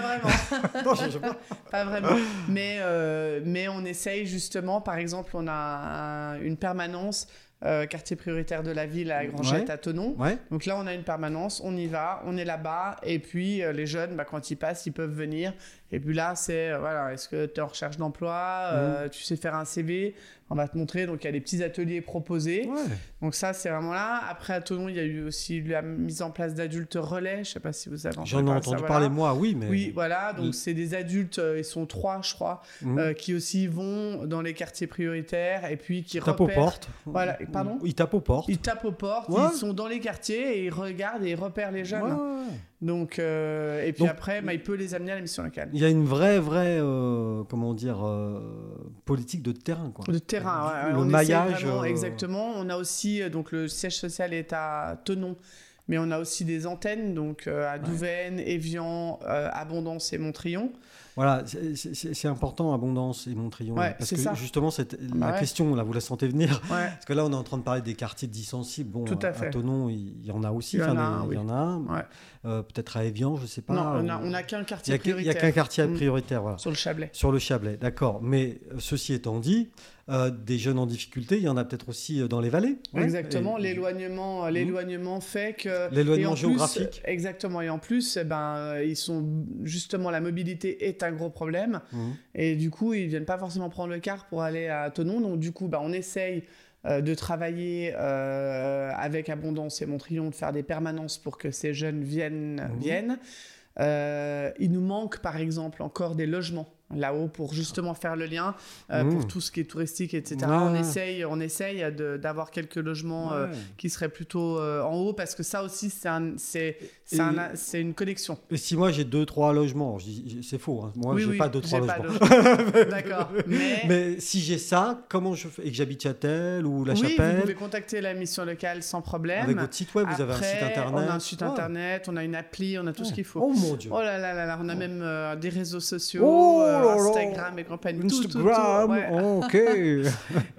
Speaker 1: (laughs)
Speaker 2: vraiment,
Speaker 1: Non, je- je- (laughs)
Speaker 2: pas vraiment. Mais, euh, mais on essaye justement, par exemple, on a un- une permanence euh, quartier prioritaire de la ville à Grangette
Speaker 1: Ouais.
Speaker 2: à Tonon. (laughs)
Speaker 1: Ouais.
Speaker 2: Donc là, on a une permanence, on y va, on est là-bas, et puis euh, les jeunes, bah, quand ils passent, ils peuvent venir. Et puis là, c'est, euh, voilà, est-ce que tu es en recherche d'emploi,
Speaker 1: Mmh.
Speaker 2: Euh, tu sais faire un CV, on va te montrer. Donc il y a des petits ateliers proposés.
Speaker 1: Ouais.
Speaker 2: Donc ça, c'est vraiment là. Après, à Tonon, il y a eu aussi la mise en place d'adultes relais. Je sais pas si vous avez
Speaker 1: J'en ai
Speaker 2: parler de ça,
Speaker 1: entendu
Speaker 2: voilà.
Speaker 1: parler moi, oui, mais
Speaker 2: Oui, voilà, donc
Speaker 1: Le-
Speaker 2: c'est des adultes, euh, ils sont trois, je crois,
Speaker 1: Mhm.
Speaker 2: euh, qui aussi vont dans les quartiers prioritaires et puis qui
Speaker 1: il tape aux
Speaker 2: repèrent-
Speaker 1: portes.
Speaker 2: Voilà, pardon
Speaker 1: Il tape aux portes.
Speaker 2: Ils tapent aux portes,
Speaker 1: Ouais.
Speaker 2: ils sont dans les quartiers et ils regardent et ils repèrent les jeunes.
Speaker 1: Ouais, ouais, ouais.
Speaker 2: Donc, euh, et puis
Speaker 1: Donc-
Speaker 2: après, bah, il peut les amener à la mission locale.
Speaker 1: Il y a une vraie, vraie, euh, comment dire, euh, politique de terrain, quoi.
Speaker 2: Le terrain, ouais,
Speaker 1: Le
Speaker 2: on essaie
Speaker 1: maillage,
Speaker 2: vraiment,
Speaker 1: euh,
Speaker 2: exactement. On a aussi, euh, donc le siège social est à Tenon, mais on a aussi des antennes, donc euh, à Douvaine, Évian, euh, Abondance et Montrion.
Speaker 1: Voilà, c'est- c'est c'est- c'est important, Abondance et Montrion.
Speaker 2: Ouais,
Speaker 1: parce
Speaker 2: c'est
Speaker 1: que
Speaker 2: ça.
Speaker 1: justement, c'est
Speaker 2: Bah
Speaker 1: la
Speaker 2: ouais.
Speaker 1: question, là, vous la sentez venir.
Speaker 2: Ouais.
Speaker 1: Parce que là, on est en train de parler des quartiers dits sensibles. Bon,
Speaker 2: Tout à fait.
Speaker 1: Tonon, il y en a aussi.
Speaker 2: Il y en
Speaker 1: enfin,
Speaker 2: a un,
Speaker 1: des- il y
Speaker 2: oui.
Speaker 1: en a un.
Speaker 2: Ouais.
Speaker 1: Euh, Peut-être à Évian, je ne sais pas.
Speaker 2: non, on n'a
Speaker 1: ou-
Speaker 2: on a qu'un
Speaker 1: Il n'y
Speaker 2: quartier
Speaker 1: a que- il y a
Speaker 2: prioritaire
Speaker 1: qu'un quartier
Speaker 2: Mm.
Speaker 1: prioritaire, voilà.
Speaker 2: sur le Chablais.
Speaker 1: Sur le Chablais, d'accord. Mais euh, ceci étant dit, euh, des jeunes en difficulté, il y en a peut-être aussi euh, dans les vallées.
Speaker 2: Exactement,
Speaker 1: Et-
Speaker 2: l'éloignement, euh, l'éloignement fait que
Speaker 1: L'éloignement
Speaker 2: et en plus,
Speaker 1: géographique.
Speaker 2: euh, exactement, et en plus, eh ben, euh, ils sont justement la mobilité est un gros problème,
Speaker 1: Mhm.
Speaker 2: et du coup, ils viennent pas forcément prendre le car pour aller à Tonon, donc du coup, bah, on essaye euh, de travailler euh, avec Abondance et Montrion, de faire des permanences pour que ces jeunes viennent.
Speaker 1: Mhm.
Speaker 2: viennent. Euh, il nous manque par exemple encore des logements là-haut pour justement faire le lien euh,
Speaker 1: Mhm.
Speaker 2: pour tout ce qui est touristique, etc.
Speaker 1: Ouais,
Speaker 2: On
Speaker 1: ouais.
Speaker 2: essaye, on essaye de- d'avoir quelques logements euh,
Speaker 1: Ouais.
Speaker 2: qui seraient plutôt euh, en haut parce que ça aussi c'est un- c'est c'est
Speaker 1: Et-
Speaker 2: un- c'est une connexion.
Speaker 1: Et si moi j'ai deux trois logements, je dis- je- c'est faux. hein. Moi
Speaker 2: Oui,
Speaker 1: j'ai
Speaker 2: oui,
Speaker 1: pas deux trois
Speaker 2: j'ai pas
Speaker 1: logements.
Speaker 2: de- (laughs)
Speaker 1: (laughs)
Speaker 2: D'accord. Mais,
Speaker 1: Mais si j'ai ça, comment je fais Et que j'habite Châtel ou La
Speaker 2: oui, vous pouvez
Speaker 1: Chapelle
Speaker 2: contacter la mission locale sans
Speaker 1: Avec
Speaker 2: problème.
Speaker 1: votre site web, vous avez un
Speaker 2: Après,
Speaker 1: site internet.
Speaker 2: On a un site
Speaker 1: Ouais.
Speaker 2: internet, on a une appli, on a tout ce qu'il faut.
Speaker 1: Oh mon dieu.
Speaker 2: Oh là là là là, on a
Speaker 1: Oh.
Speaker 2: même euh, des réseaux sociaux,
Speaker 1: Oh
Speaker 2: euh,
Speaker 1: là là.
Speaker 2: Instagram et compagnie. tout, tout, tout,
Speaker 1: Instagram, oh,
Speaker 2: ouais. (laughs)
Speaker 1: ok.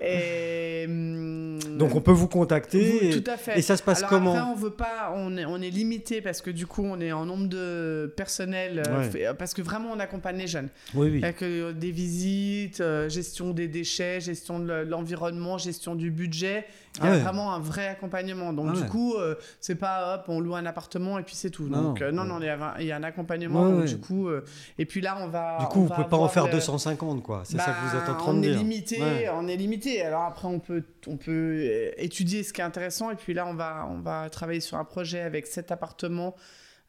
Speaker 2: Et, hum,
Speaker 1: Donc on peut vous contacter.
Speaker 2: Vous- tout à fait.
Speaker 1: Et ça se passe
Speaker 2: Alors
Speaker 1: comment
Speaker 2: après, on veut pas, on est, on est limité parce que du coup, on est en nombre de personnel, euh,
Speaker 1: Ouais.
Speaker 2: fait- parce que vraiment, on accompagne les jeunes.
Speaker 1: Oui, oui.
Speaker 2: Avec euh, des visites, euh, gestion des déchets, gestion de le- l'environnement, gestion du budget. Il y
Speaker 1: Ah
Speaker 2: a
Speaker 1: ouais.
Speaker 2: vraiment un vrai accompagnement. Donc
Speaker 1: Ah
Speaker 2: du
Speaker 1: ouais.
Speaker 2: coup, euh, c'est pas hop, on loue un appartement et puis c'est tout.
Speaker 1: Non,
Speaker 2: donc euh, non,
Speaker 1: non.
Speaker 2: non, il y a, il y a un accompagnement.
Speaker 1: Ouais,
Speaker 2: donc,
Speaker 1: ouais.
Speaker 2: Du coup, euh, et puis là, on va.
Speaker 1: Du coup,
Speaker 2: on
Speaker 1: vous
Speaker 2: va
Speaker 1: pouvez pas en
Speaker 2: avoir
Speaker 1: faire
Speaker 2: le-
Speaker 1: 250, quoi. C'est ça que vous êtes en
Speaker 2: bah,
Speaker 1: train de
Speaker 2: on
Speaker 1: dire.
Speaker 2: Est limité,
Speaker 1: Ouais.
Speaker 2: On est limité. Alors après, on peut, on peut euh, étudier ce qui est intéressant. Et puis là, on va, on va travailler sur un projet avec cet appartement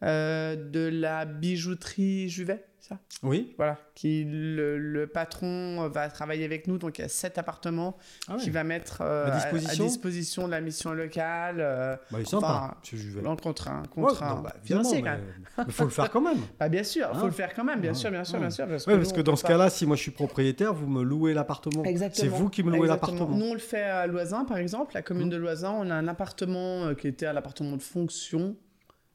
Speaker 2: euh, de la bijouterie Juvet. Ça
Speaker 1: Oui.
Speaker 2: voilà, qui le, le patron va travailler avec nous, donc il y a sept appartements
Speaker 1: Ah ouais.
Speaker 2: qui va mettre euh,
Speaker 1: À
Speaker 2: à,
Speaker 1: disposition
Speaker 2: à disposition de la mission locale, euh,
Speaker 1: Bah, il est sympa.
Speaker 2: Enfin,
Speaker 1: ce Juvet.
Speaker 2: non, contre un
Speaker 1: Ouais,
Speaker 2: contrat
Speaker 1: non, bah, évidemment,
Speaker 2: financier quand
Speaker 1: mais
Speaker 2: même.
Speaker 1: il faut le faire quand
Speaker 2: (laughs)
Speaker 1: même.
Speaker 2: Bah, bien sûr, faut
Speaker 1: Hein
Speaker 2: le faire quand même, bien
Speaker 1: Ouais.
Speaker 2: sûr, bien sûr,
Speaker 1: Ouais.
Speaker 2: bien sûr. Parce
Speaker 1: Oui, parce
Speaker 2: nous,
Speaker 1: que
Speaker 2: on
Speaker 1: dans
Speaker 2: peut
Speaker 1: ce
Speaker 2: pas-
Speaker 1: cas-là, si moi je suis propriétaire, vous me louez l'appartement. C'est
Speaker 2: Exactement.
Speaker 1: vous qui me louez
Speaker 2: Exactement.
Speaker 1: l'appartement.
Speaker 2: Nous, on le fait à Loisin, par exemple, la commune
Speaker 1: Mhm.
Speaker 2: de Loisin. On a un appartement euh, qui était un appartement de fonction.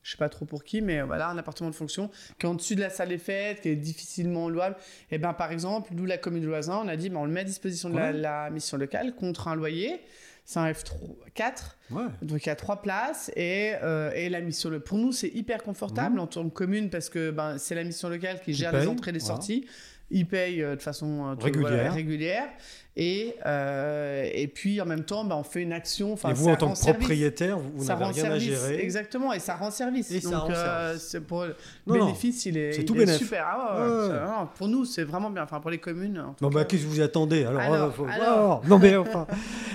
Speaker 2: Je sais pas trop pour qui, mais euh, voilà, un appartement de fonction qui est en dessus de la salle des fêtes, qui est difficilement louable. Et ben, par exemple, nous, la commune de Loisin, on a dit, ben, on le met à disposition de la,
Speaker 1: Ouais.
Speaker 2: la mission locale contre un loyer. C'est un F4,
Speaker 1: Ouais.
Speaker 2: donc il y a trois places et, euh, et la mission locale. Pour nous, c'est hyper confortable en tant que commune parce que ben, c'est la mission locale qui gère
Speaker 1: Mmh. paye,
Speaker 2: les entrées et les
Speaker 1: voilà.
Speaker 2: sorties. Ils payent euh, de façon euh, tout-
Speaker 1: Régulière.
Speaker 2: voilà, régulière. Et, euh, et puis en même temps, ben, on fait une action. Enfin,
Speaker 1: et vous,
Speaker 2: ça
Speaker 1: en tant
Speaker 2: rend
Speaker 1: que
Speaker 2: service.
Speaker 1: propriétaire, vous, vous
Speaker 2: ça
Speaker 1: n'avez
Speaker 2: rend
Speaker 1: rien
Speaker 2: service.
Speaker 1: à gérer.
Speaker 2: Exactement, et ça rend service.
Speaker 1: Et ça
Speaker 2: Donc,
Speaker 1: rend
Speaker 2: euh,
Speaker 1: service.
Speaker 2: c'est pour le
Speaker 1: Non, non.
Speaker 2: bénéfice, il est,
Speaker 1: C'est
Speaker 2: il
Speaker 1: tout
Speaker 2: est
Speaker 1: bénef.
Speaker 2: super. Ah ouais,
Speaker 1: Ouais, ouais.
Speaker 2: c'est- non, pour nous, c'est vraiment bien. Enfin, pour les communes. en tout
Speaker 1: Non, bah,
Speaker 2: cas.
Speaker 1: qu'est-ce que vous attendez alors,
Speaker 2: Alors,
Speaker 1: euh, faut-
Speaker 2: alors.
Speaker 1: Non, mais enfin.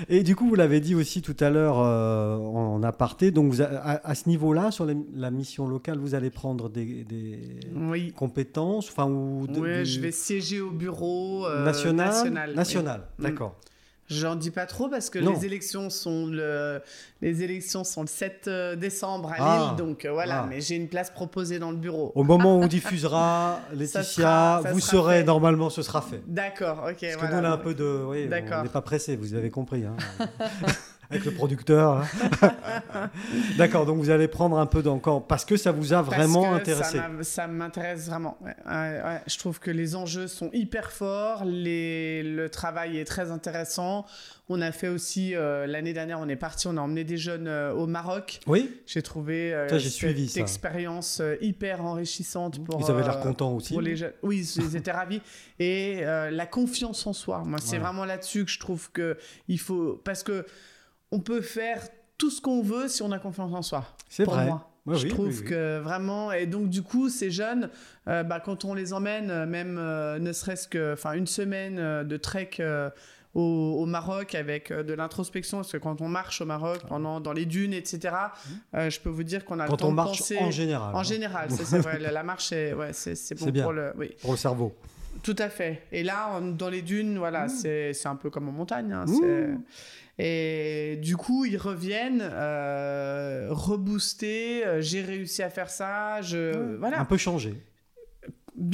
Speaker 1: Et du coup, vous l'avez dit aussi tout à l'heure euh, en, en aparté. Donc, vous a- à, à ce niveau-là, sur les- la mission locale, vous allez prendre des, des
Speaker 2: Oui.
Speaker 1: compétences, enfin, ou de-
Speaker 2: Ouais,
Speaker 1: des-
Speaker 2: je vais siéger au bureau euh,
Speaker 1: nationales-
Speaker 2: national. oui.
Speaker 1: nationales,
Speaker 2: Mm.
Speaker 1: d'accord.
Speaker 2: J'en dis pas trop parce que
Speaker 1: Non.
Speaker 2: les élections sont le les élections sont le 7 euh, décembre à
Speaker 1: Ah.
Speaker 2: Lille donc euh, voilà
Speaker 1: Ah.
Speaker 2: mais j'ai une place proposée dans le bureau.
Speaker 1: Au moment où on diffusera,
Speaker 2: Ça
Speaker 1: Laetitia,
Speaker 2: sera- ça
Speaker 1: vous
Speaker 2: sera
Speaker 1: saurez
Speaker 2: fait.
Speaker 1: normalement, ce sera fait.
Speaker 2: D'accord, OK
Speaker 1: Parce que
Speaker 2: voilà.
Speaker 1: nous, on a un peu de. oui, on
Speaker 2: D'accord.
Speaker 1: n'est pas pressé, vous avez compris. hein. (laughs) Avec le producteur. hein. (laughs) D'accord, donc vous allez prendre un peu d'encore. Parce que ça vous a
Speaker 2: Parce
Speaker 1: vraiment
Speaker 2: que ça
Speaker 1: intéressé.
Speaker 2: m'a- Ça m'intéresse vraiment. Ouais, ouais, ouais. Je trouve que les enjeux sont hyper forts, les... le travail est très intéressant. On a fait aussi euh, l'année dernière, on est parti, on a emmené des jeunes euh, au Maroc.
Speaker 1: Oui,
Speaker 2: J'ai trouvé euh,
Speaker 1: Ça, j'ai
Speaker 2: cette
Speaker 1: suivi ça.
Speaker 2: expérience euh, hyper enrichissante pour
Speaker 1: ils avaient l'air
Speaker 2: euh,
Speaker 1: contents aussi.
Speaker 2: Pour les jeunes. Oui, ils- ils étaient ravis. Et euh, la confiance en soi, moi, c'est
Speaker 1: Ouais.
Speaker 2: vraiment là-dessus que je trouve que il faut. Parce que on peut faire tout ce qu'on veut si on a confiance en soi.
Speaker 1: C'est
Speaker 2: pour
Speaker 1: vrai.
Speaker 2: moi.
Speaker 1: Ouais,
Speaker 2: je
Speaker 1: oui,
Speaker 2: trouve
Speaker 1: oui, oui.
Speaker 2: que vraiment. Et donc, du coup, ces jeunes, euh, bah, quand on les emmène, euh, même euh, ne serait-ce que. Enfin, une semaine euh, de trek. euh, au, au Maroc avec euh, de l'introspection parce que quand on marche au Maroc pendant dans les dunes etc euh, je peux vous dire qu'on a le
Speaker 1: Ah. Mmh. Quand
Speaker 2: temps
Speaker 1: on
Speaker 2: de
Speaker 1: marche
Speaker 2: penser
Speaker 1: en général.
Speaker 2: en
Speaker 1: hein, (laughs)
Speaker 2: général, ça, c'est vrai. La, la marche, est- ouais, c'est c'est
Speaker 1: C'est
Speaker 2: bon
Speaker 1: bien.
Speaker 2: pour le. Oui,
Speaker 1: Pour le cerveau.
Speaker 2: tout à fait. Et là, on- dans les dunes, voilà, c'est c'est un peu comme en montagne. hein,
Speaker 1: Mmh.
Speaker 2: c'est- Et du coup, ils reviennent euh, reboostés. euh, J'ai réussi à faire ça. Je... Voilà.
Speaker 1: Un peu changé.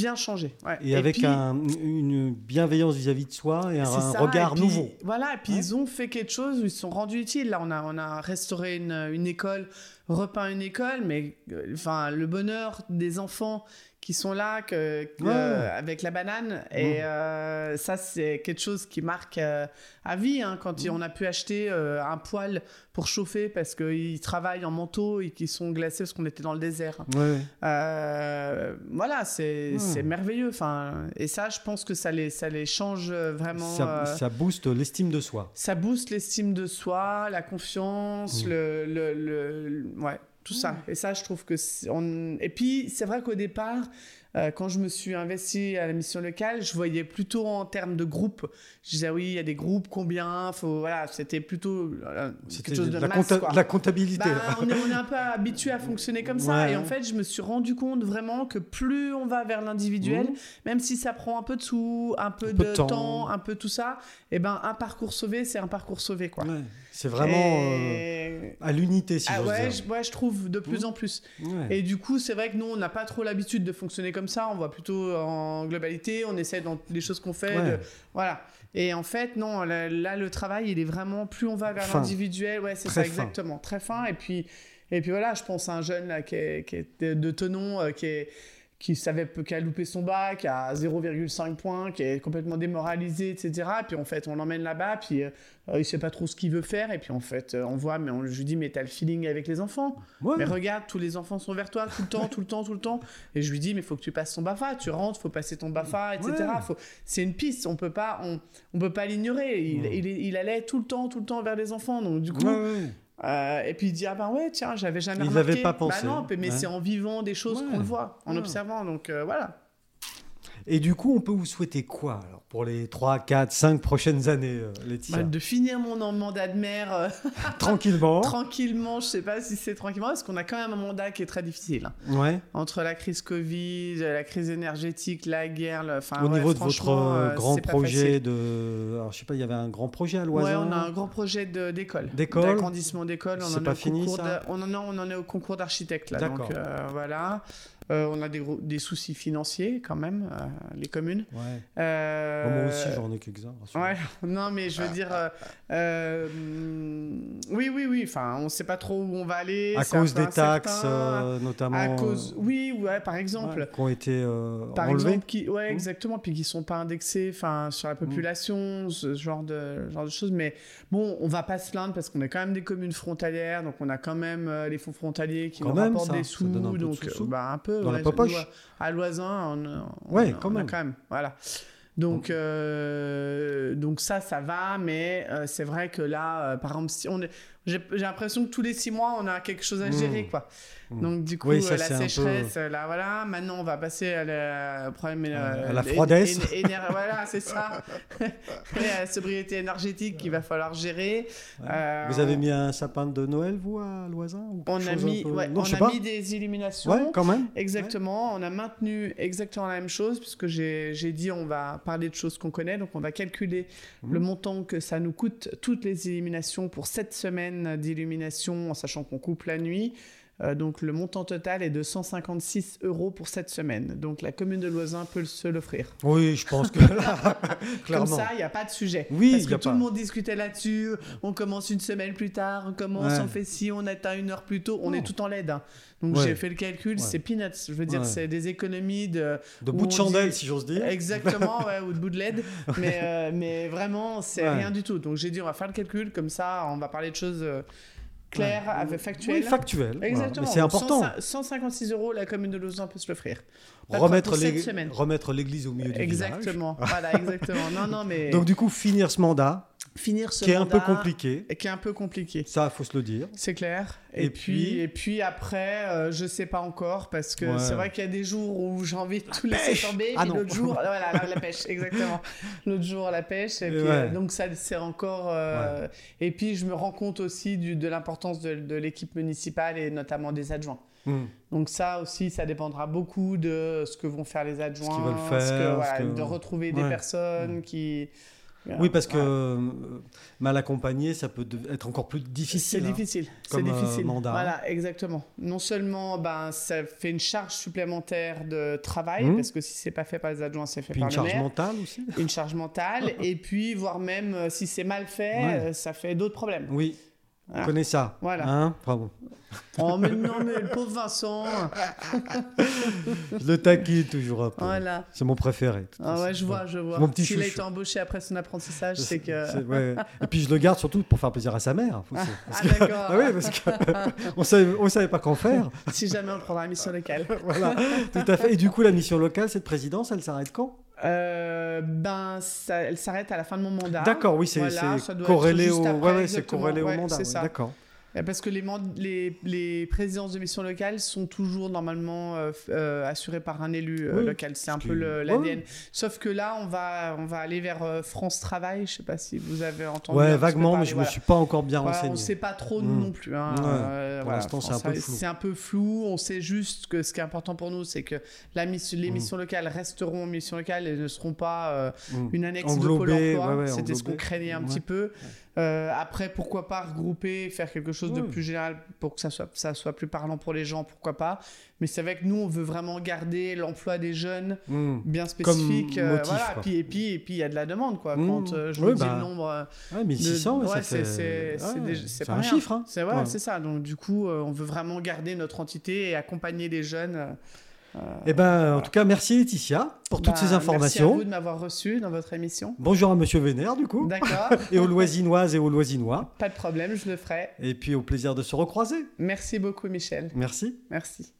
Speaker 2: bien changé. ouais.
Speaker 1: Et, avec
Speaker 2: puis-
Speaker 1: un- une bienveillance vis-à-vis de soi et un,
Speaker 2: C'est
Speaker 1: un
Speaker 2: ça,
Speaker 1: regard
Speaker 2: et puis-
Speaker 1: nouveau.
Speaker 2: Voilà, et puis
Speaker 1: Ouais.
Speaker 2: ils ont fait quelque chose où ils se sont rendus utiles. Là, on a, on a restauré une, une école, repeint une école, mais euh, enfin, le bonheur des enfants qui sont là que, que-
Speaker 1: Ouais.
Speaker 2: avec la banane, et
Speaker 1: Mhm.
Speaker 2: euh, ça, c'est quelque chose qui marque euh, à vie. hein, quand
Speaker 1: Mmh.
Speaker 2: il- on a pu acheter euh, un poêle pour chauffer parce qu'ils travaillent en manteau et qu'ils sont glacés parce qu'on était dans le désert. hein.
Speaker 1: Ouais.
Speaker 2: Euh, voilà, c'est
Speaker 1: Hmm.
Speaker 2: c'est merveilleux. Enfin, et ça, je pense que ça les, ça les change euh, vraiment.
Speaker 1: Ça,
Speaker 2: euh,
Speaker 1: ça booste l'estime de soi.
Speaker 2: ça booste l'estime de soi, la confiance,
Speaker 1: Mm.
Speaker 2: le, le, le- le- ouais, tout ça.
Speaker 1: Hmm.
Speaker 2: Et ça, je trouve que c'est- on... et puis c'est vrai qu'au départ, euh, quand je me suis investie à la mission locale, je voyais plutôt en termes de groupe. Je disais oui, il y a des groupes, combien, faut voilà, c'était plutôt euh,
Speaker 1: C'était
Speaker 2: quelque chose de,
Speaker 1: la,
Speaker 2: masse.
Speaker 1: compta-
Speaker 2: quoi.
Speaker 1: la comptabilité.
Speaker 2: Bah, on, est, on est un peu habitué à fonctionner comme ça.
Speaker 1: Ouais.
Speaker 2: Et en fait, je me suis rendu compte vraiment que plus on va vers l'individuel,
Speaker 1: Mhm.
Speaker 2: même si ça prend un peu de sous, un peu,
Speaker 1: Un
Speaker 2: de, temps. un peu tout ça, et ben un parcours sauvé, c'est un parcours sauvé quoi.
Speaker 1: Ouais. C'est vraiment euh,
Speaker 2: Bah, Et-
Speaker 1: à l'unité, si
Speaker 2: Ah
Speaker 1: j'ose
Speaker 2: ouais,
Speaker 1: dire.
Speaker 2: je, ouais, je trouve de plus
Speaker 1: Mhm.
Speaker 2: en plus.
Speaker 1: Ouais.
Speaker 2: Et du coup, c'est vrai que nous, on n'a pas trop l'habitude de fonctionner comme ça. On voit plutôt en globalité, on essaie dans les choses qu'on fait.
Speaker 1: Ouais.
Speaker 2: de- Voilà. Et en fait, non, là, là, le travail, il est vraiment, plus on va vers
Speaker 1: Fin.
Speaker 2: l'individuel, ouais, c'est
Speaker 1: Très
Speaker 2: ça,
Speaker 1: fin.
Speaker 2: exactement. Très fin. Et puis, et puis voilà, je pense à un jeune là, qui, est, qui est de, de Tenon, euh, qui est qui savait peu- qui a loupé son bac à 0,5 points, qui est complètement démoralisé, etc. Puis en fait, on l'emmène là-bas, puis euh, euh, il sait pas trop ce qu'il veut faire, et puis en fait, euh, on voit, mais on, je lui dis, mais t'as le feeling avec les enfants.
Speaker 1: Ouais.
Speaker 2: Mais regarde, tous les enfants sont vers toi tout le temps, tout le temps, tout le temps. Et je lui dis, mais faut que tu passes ton BAFA, tu rentres, faut passer ton BAFA, etc.
Speaker 1: Ouais.
Speaker 2: Faut- C'est une piste, on peut pas, on, on peut pas l'ignorer. Il,
Speaker 1: Ouais.
Speaker 2: il, il allait tout le temps, tout le temps vers les enfants. Donc du coup,
Speaker 1: Mmh. Ouais, ouais.
Speaker 2: euh, et puis il dit, ah ben ouais, tiens, j'avais jamais
Speaker 1: Il
Speaker 2: remarqué.
Speaker 1: avait pas pensé.
Speaker 2: Bah non, mais
Speaker 1: Ouais.
Speaker 2: c'est en vivant des choses
Speaker 1: Ouais.
Speaker 2: qu'on le voit, en
Speaker 1: Ouais.
Speaker 2: observant. Donc euh, voilà.
Speaker 1: Et du coup, on peut vous souhaiter quoi alors pour les 3, 4, 5 prochaines années, euh, Laetitia
Speaker 2: Bah, de finir mon mandat de maire euh,
Speaker 1: Tranquillement.
Speaker 2: tranquillement, je sais pas si c'est tranquillement, parce qu'on a quand même un mandat qui est très difficile. hein.
Speaker 1: Ouais.
Speaker 2: Entre la crise Covid, la crise énergétique, la guerre, le- enfin
Speaker 1: Au
Speaker 2: Ah ouais,
Speaker 1: niveau de votre
Speaker 2: franchement,
Speaker 1: euh,
Speaker 2: euh,
Speaker 1: grand
Speaker 2: c'est pas facile.
Speaker 1: projet de. Alors, je sais pas, il y avait un grand projet à
Speaker 2: Ouais,
Speaker 1: l'Oiseau.
Speaker 2: on a un grand projet de- d'école.
Speaker 1: D'école.
Speaker 2: D'agrandissement d'école. On
Speaker 1: C'est
Speaker 2: en est
Speaker 1: pas
Speaker 2: au
Speaker 1: fini,
Speaker 2: concours
Speaker 1: ça
Speaker 2: d'a- on, en, non, on en est au concours d'architecte, là.
Speaker 1: D'accord.
Speaker 2: Donc, euh, voilà. Euh, on a des, gros- des soucis financiers, quand même, euh, les communes.
Speaker 1: Ouais.
Speaker 2: Euh,
Speaker 1: Bon, Oh, moi aussi, j'en ai quelques-uns. rassurez-vous.
Speaker 2: Ouais, (laughs) non, mais je veux dire. euh, euh, hum, oui, oui, oui. Enfin, on sait pas trop où on va aller.
Speaker 1: À
Speaker 2: c'est un
Speaker 1: cause
Speaker 2: peu
Speaker 1: des taxes,
Speaker 2: incertain.
Speaker 1: euh, notamment.
Speaker 2: à cause. Oui, ouais, par exemple.
Speaker 1: ouais, qui ont été euh,
Speaker 2: Par
Speaker 1: enlevées.
Speaker 2: exemple, qui, ouais,
Speaker 1: Mm.
Speaker 2: exactement, puis qui sont pas indexés, enfin, sur
Speaker 1: Mmh.
Speaker 2: la population, ce genre de, genre de choses. Mais bon, on va pas se plaindre parce qu'on est quand même des communes frontalières, donc on a quand même euh, les fonds frontaliers qui
Speaker 1: Quand
Speaker 2: nous
Speaker 1: même,
Speaker 2: rapportent
Speaker 1: ça,
Speaker 2: des
Speaker 1: ça
Speaker 2: sous,
Speaker 1: donne un peu de
Speaker 2: donc
Speaker 1: sous-sous.
Speaker 2: euh, bah, un peu
Speaker 1: Dans la
Speaker 2: ouais,
Speaker 1: popoche.
Speaker 2: nous, À à Loisin, on, on-
Speaker 1: Ouais,
Speaker 2: on-
Speaker 1: quand
Speaker 2: on a
Speaker 1: même.
Speaker 2: quand même, voilà. Donc, euh, donc ça, ça va, mais euh, c'est vrai que là, euh, par exemple, si on est- j'ai j'ai l'impression que tous les six mois, on a quelque chose à
Speaker 1: Mm.
Speaker 2: gérer, quoi.
Speaker 1: Mm.
Speaker 2: Donc du coup,
Speaker 1: Oui, ça,
Speaker 2: euh, la
Speaker 1: c'est un peu-
Speaker 2: sécheresse, euh, là voilà. Maintenant, on va passer à la problème euh,
Speaker 1: à la
Speaker 2: éne-
Speaker 1: froidesse. (laughs)
Speaker 2: éne- éner- voilà, c'est ça. (laughs) Et à la sobriété énergétique qu'il va falloir gérer.
Speaker 1: Ouais.
Speaker 2: Euh,
Speaker 1: Vous avez mis un sapin de Noël, vous, à Loisin ou quelque
Speaker 2: On a
Speaker 1: chose un
Speaker 2: mis,
Speaker 1: peu-
Speaker 2: ouais,
Speaker 1: Non, je sais
Speaker 2: on
Speaker 1: pas.
Speaker 2: a mis des illuminations.
Speaker 1: Ouais, quand
Speaker 2: (laughs)
Speaker 1: même.
Speaker 2: Exactement, on a maintenu exactement la même chose puisque j'ai j'ai dit on va parler de choses qu'on connaît, donc on va calculer
Speaker 1: Mhm.
Speaker 2: le montant que ça nous coûte toutes les illuminations pour cette semaine d'illumination en sachant qu'on coupe la nuit. Euh, donc le montant total est de 156 euros pour cette semaine. Donc la commune de Loisin peut se l'offrir.
Speaker 1: Oui, je pense que là, clairement.
Speaker 2: Comme ça, il n'y a pas de sujet.
Speaker 1: Oui,
Speaker 2: Parce
Speaker 1: il
Speaker 2: que
Speaker 1: y a
Speaker 2: tout
Speaker 1: pas.
Speaker 2: le monde discutait là-dessus. On commence une semaine plus tard, on commence,
Speaker 1: Ouais.
Speaker 2: on fait ci, on atteint une heure plus tôt. On
Speaker 1: Non.
Speaker 2: est tout en LED. hein. Donc
Speaker 1: Ouais.
Speaker 2: j'ai fait le calcul,
Speaker 1: Ouais.
Speaker 2: c'est peanuts. Je veux dire,
Speaker 1: Ouais.
Speaker 2: c'est des économies de
Speaker 1: de
Speaker 2: où
Speaker 1: bout de
Speaker 2: on
Speaker 1: chandelle,
Speaker 2: dit-
Speaker 1: si j'ose dire. (laughs)
Speaker 2: exactement ouais, ou de bout de LED. Mais, euh, mais vraiment, c'est
Speaker 1: Ouais.
Speaker 2: rien du tout. Donc j'ai dit, on va faire le calcul comme ça, on va parler de choses euh, claires, avec
Speaker 1: Oui,
Speaker 2: factuelles.
Speaker 1: factuel. voilà.
Speaker 2: Exactement.
Speaker 1: Mais c'est
Speaker 2: Donc,
Speaker 1: important.
Speaker 2: 100 156 euros, la commune de Lausanne peut se l'offrir. Pas de
Speaker 1: Remettre
Speaker 2: pour cette
Speaker 1: l'ég-
Speaker 2: semaine.
Speaker 1: remettre l'église au milieu du village.
Speaker 2: Exactement. voilà, exactement. Non, non, mais
Speaker 1: Donc du coup, finir ce mandat,
Speaker 2: finir ce
Speaker 1: qui est un peu
Speaker 2: mandat-
Speaker 1: compliqué,
Speaker 2: qui est un peu compliqué.
Speaker 1: ça, faut se le dire.
Speaker 2: C'est clair.
Speaker 1: Et
Speaker 2: Et, puis,
Speaker 1: puis-
Speaker 2: et puis après, euh, je sais pas encore parce que
Speaker 1: Ouais.
Speaker 2: c'est vrai qu'il y a des jours où j'ai envie de tout laisser
Speaker 1: pêche
Speaker 2: tomber.
Speaker 1: Ah
Speaker 2: puis
Speaker 1: non. (laughs)
Speaker 2: l'autre jour, voilà, la, la pêche, exactement. L'autre jour, la pêche. Et
Speaker 1: Et
Speaker 2: puis,
Speaker 1: ouais.
Speaker 2: euh, donc ça, c'est encore. euh, Et puis, je me rends compte aussi du, de l'importance de, de l'équipe municipale et notamment des adjoints.
Speaker 1: Hmm.
Speaker 2: Donc ça aussi, ça dépendra beaucoup de ce que vont faire les adjoints,
Speaker 1: veulent faire,
Speaker 2: ce que-
Speaker 1: ce
Speaker 2: voilà,
Speaker 1: que-
Speaker 2: de retrouver
Speaker 1: Ouais.
Speaker 2: des personnes qui.
Speaker 1: Oui, parce que
Speaker 2: Ouais.
Speaker 1: euh, mal accompagné, ça peut de- être encore plus difficile.
Speaker 2: C'est
Speaker 1: hein.
Speaker 2: difficile. C'est
Speaker 1: Comme, euh,
Speaker 2: difficile.
Speaker 1: mandat.
Speaker 2: Voilà, exactement. Non seulement ben, ça fait une charge supplémentaire de travail,
Speaker 1: Mhm.
Speaker 2: parce que si c'est pas fait par les adjoints, c'est fait
Speaker 1: Puis
Speaker 2: par
Speaker 1: une
Speaker 2: le
Speaker 1: charge
Speaker 2: maire. Ah.
Speaker 1: mentale aussi.
Speaker 2: Une
Speaker 1: (laughs)
Speaker 2: charge mentale. et puis, voire même, euh, si c'est mal fait,
Speaker 1: Ouais.
Speaker 2: euh, ça fait d'autres problèmes.
Speaker 1: Oui, on
Speaker 2: Voilà.
Speaker 1: connaît ça.
Speaker 2: Ah. Voilà.
Speaker 1: Hein Enfin bon.
Speaker 2: Oh, mais non, mais le pauvre Vincent.
Speaker 1: Je le taquine toujours un peu.
Speaker 2: voilà.
Speaker 1: C'est mon préféré. de toute
Speaker 2: Ah
Speaker 1: façon.
Speaker 2: ouais, je vois, je vois.
Speaker 1: Mon petit
Speaker 2: S'il a
Speaker 1: chouchou.
Speaker 2: été embauché après son apprentissage, c'est que.
Speaker 1: C'est- ouais. Et puis je le garde surtout pour faire plaisir à sa mère.
Speaker 2: (laughs)
Speaker 1: Faut- c'est-
Speaker 2: Ah d'accord.
Speaker 1: (laughs) Ah oui, parce
Speaker 2: (laughs)
Speaker 1: qu'on savait, on savait pas qu'en faire.
Speaker 2: Si jamais on le prendra à la mission
Speaker 1: (laughs)
Speaker 2: locale.
Speaker 1: Voilà, tout à fait. Et du coup, la mission locale, cette présidence, elle s'arrête quand
Speaker 2: Euh, ben, ça, elle s'arrête à la fin de mon mandat.
Speaker 1: D'accord, oui, c'est
Speaker 2: Voilà,
Speaker 1: c'est
Speaker 2: ça doit
Speaker 1: corrélé,
Speaker 2: être juste
Speaker 1: au...
Speaker 2: après,
Speaker 1: ouais, ouais, c'est
Speaker 2: exactement,
Speaker 1: corrélé
Speaker 2: ouais,
Speaker 1: au mandat.
Speaker 2: c'est
Speaker 1: ouais,
Speaker 2: ça.
Speaker 1: D'accord.
Speaker 2: Euh, Parce que les, mand- les, les présidences de missions locales sont toujours normalement euh, f- euh, assurées par un élu euh,
Speaker 1: Oui,
Speaker 2: local. C'est un
Speaker 1: ce
Speaker 2: peu
Speaker 1: qui-
Speaker 2: le-
Speaker 1: ouais,
Speaker 2: l'ADN. Sauf que là, on va, on va aller vers euh, France Travail. Je sais pas si vous avez entendu. un
Speaker 1: Ouais,
Speaker 2: petit peu
Speaker 1: vaguement, mais
Speaker 2: parler,
Speaker 1: je me
Speaker 2: voilà.
Speaker 1: suis pas encore bien
Speaker 2: Voilà, on ne
Speaker 1: renseigné.
Speaker 2: sait pas trop
Speaker 1: Mm.
Speaker 2: nous non plus. hein.
Speaker 1: Ouais.
Speaker 2: Euh,
Speaker 1: Pour
Speaker 2: voilà,
Speaker 1: l'instant, c'est un
Speaker 2: France
Speaker 1: peu
Speaker 2: Travail,
Speaker 1: flou.
Speaker 2: C'est un peu flou. On sait juste que ce qui est important pour nous, c'est que la mission, les
Speaker 1: Mm.
Speaker 2: missions locales resteront missions locales et ne seront pas euh,
Speaker 1: Mm.
Speaker 2: une annexe
Speaker 1: Englobé,
Speaker 2: de Pôle emploi.
Speaker 1: ouais, ouais,
Speaker 2: C'était ce
Speaker 1: englobé.
Speaker 2: qu'on craignait un
Speaker 1: Ouais.
Speaker 2: petit peu. Euh, après, pourquoi pas regrouper, faire quelque chose de
Speaker 1: Ouais.
Speaker 2: plus général pour que ça soit, ça soit plus parlant pour les gens, pourquoi pas. Mais c'est vrai que nous, on veut vraiment garder l'emploi des jeunes
Speaker 1: Mm.
Speaker 2: bien
Speaker 1: Comme
Speaker 2: spécifique. euh,
Speaker 1: motif,
Speaker 2: voilà.
Speaker 1: quoi.
Speaker 2: Puis, et puis, et puis, il y a de la demande, quoi.
Speaker 1: Mm.
Speaker 2: Quand euh, je
Speaker 1: Ouais,
Speaker 2: vous dis
Speaker 1: bah,
Speaker 2: le nombre. euh,
Speaker 1: Ouais, 1600,
Speaker 2: de-
Speaker 1: ça
Speaker 2: ouais,
Speaker 1: fait-
Speaker 2: c'est- c'est- c'est
Speaker 1: ouais,
Speaker 2: déjà- c'est
Speaker 1: c'est
Speaker 2: pas
Speaker 1: un
Speaker 2: rien.
Speaker 1: chiffre. hein.
Speaker 2: C'est ouais,
Speaker 1: Ouais.
Speaker 2: c'est ça. Donc du coup, euh, on veut vraiment garder notre entité et accompagner les jeunes. euh,
Speaker 1: Eh ben, en tout cas, merci Laetitia pour toutes
Speaker 2: bah,
Speaker 1: ces
Speaker 2: Merci à
Speaker 1: informations.
Speaker 2: vous de m'avoir reçu dans votre émission.
Speaker 1: Bonjour à Monsieur Vénère, du coup,
Speaker 2: D'accord,
Speaker 1: (laughs) et aux Loisinoises et aux Loisinois.
Speaker 2: pas de problème, je le ferai.
Speaker 1: Et puis au plaisir de se recroiser.
Speaker 2: Merci beaucoup Michel.
Speaker 1: Merci.
Speaker 2: Merci.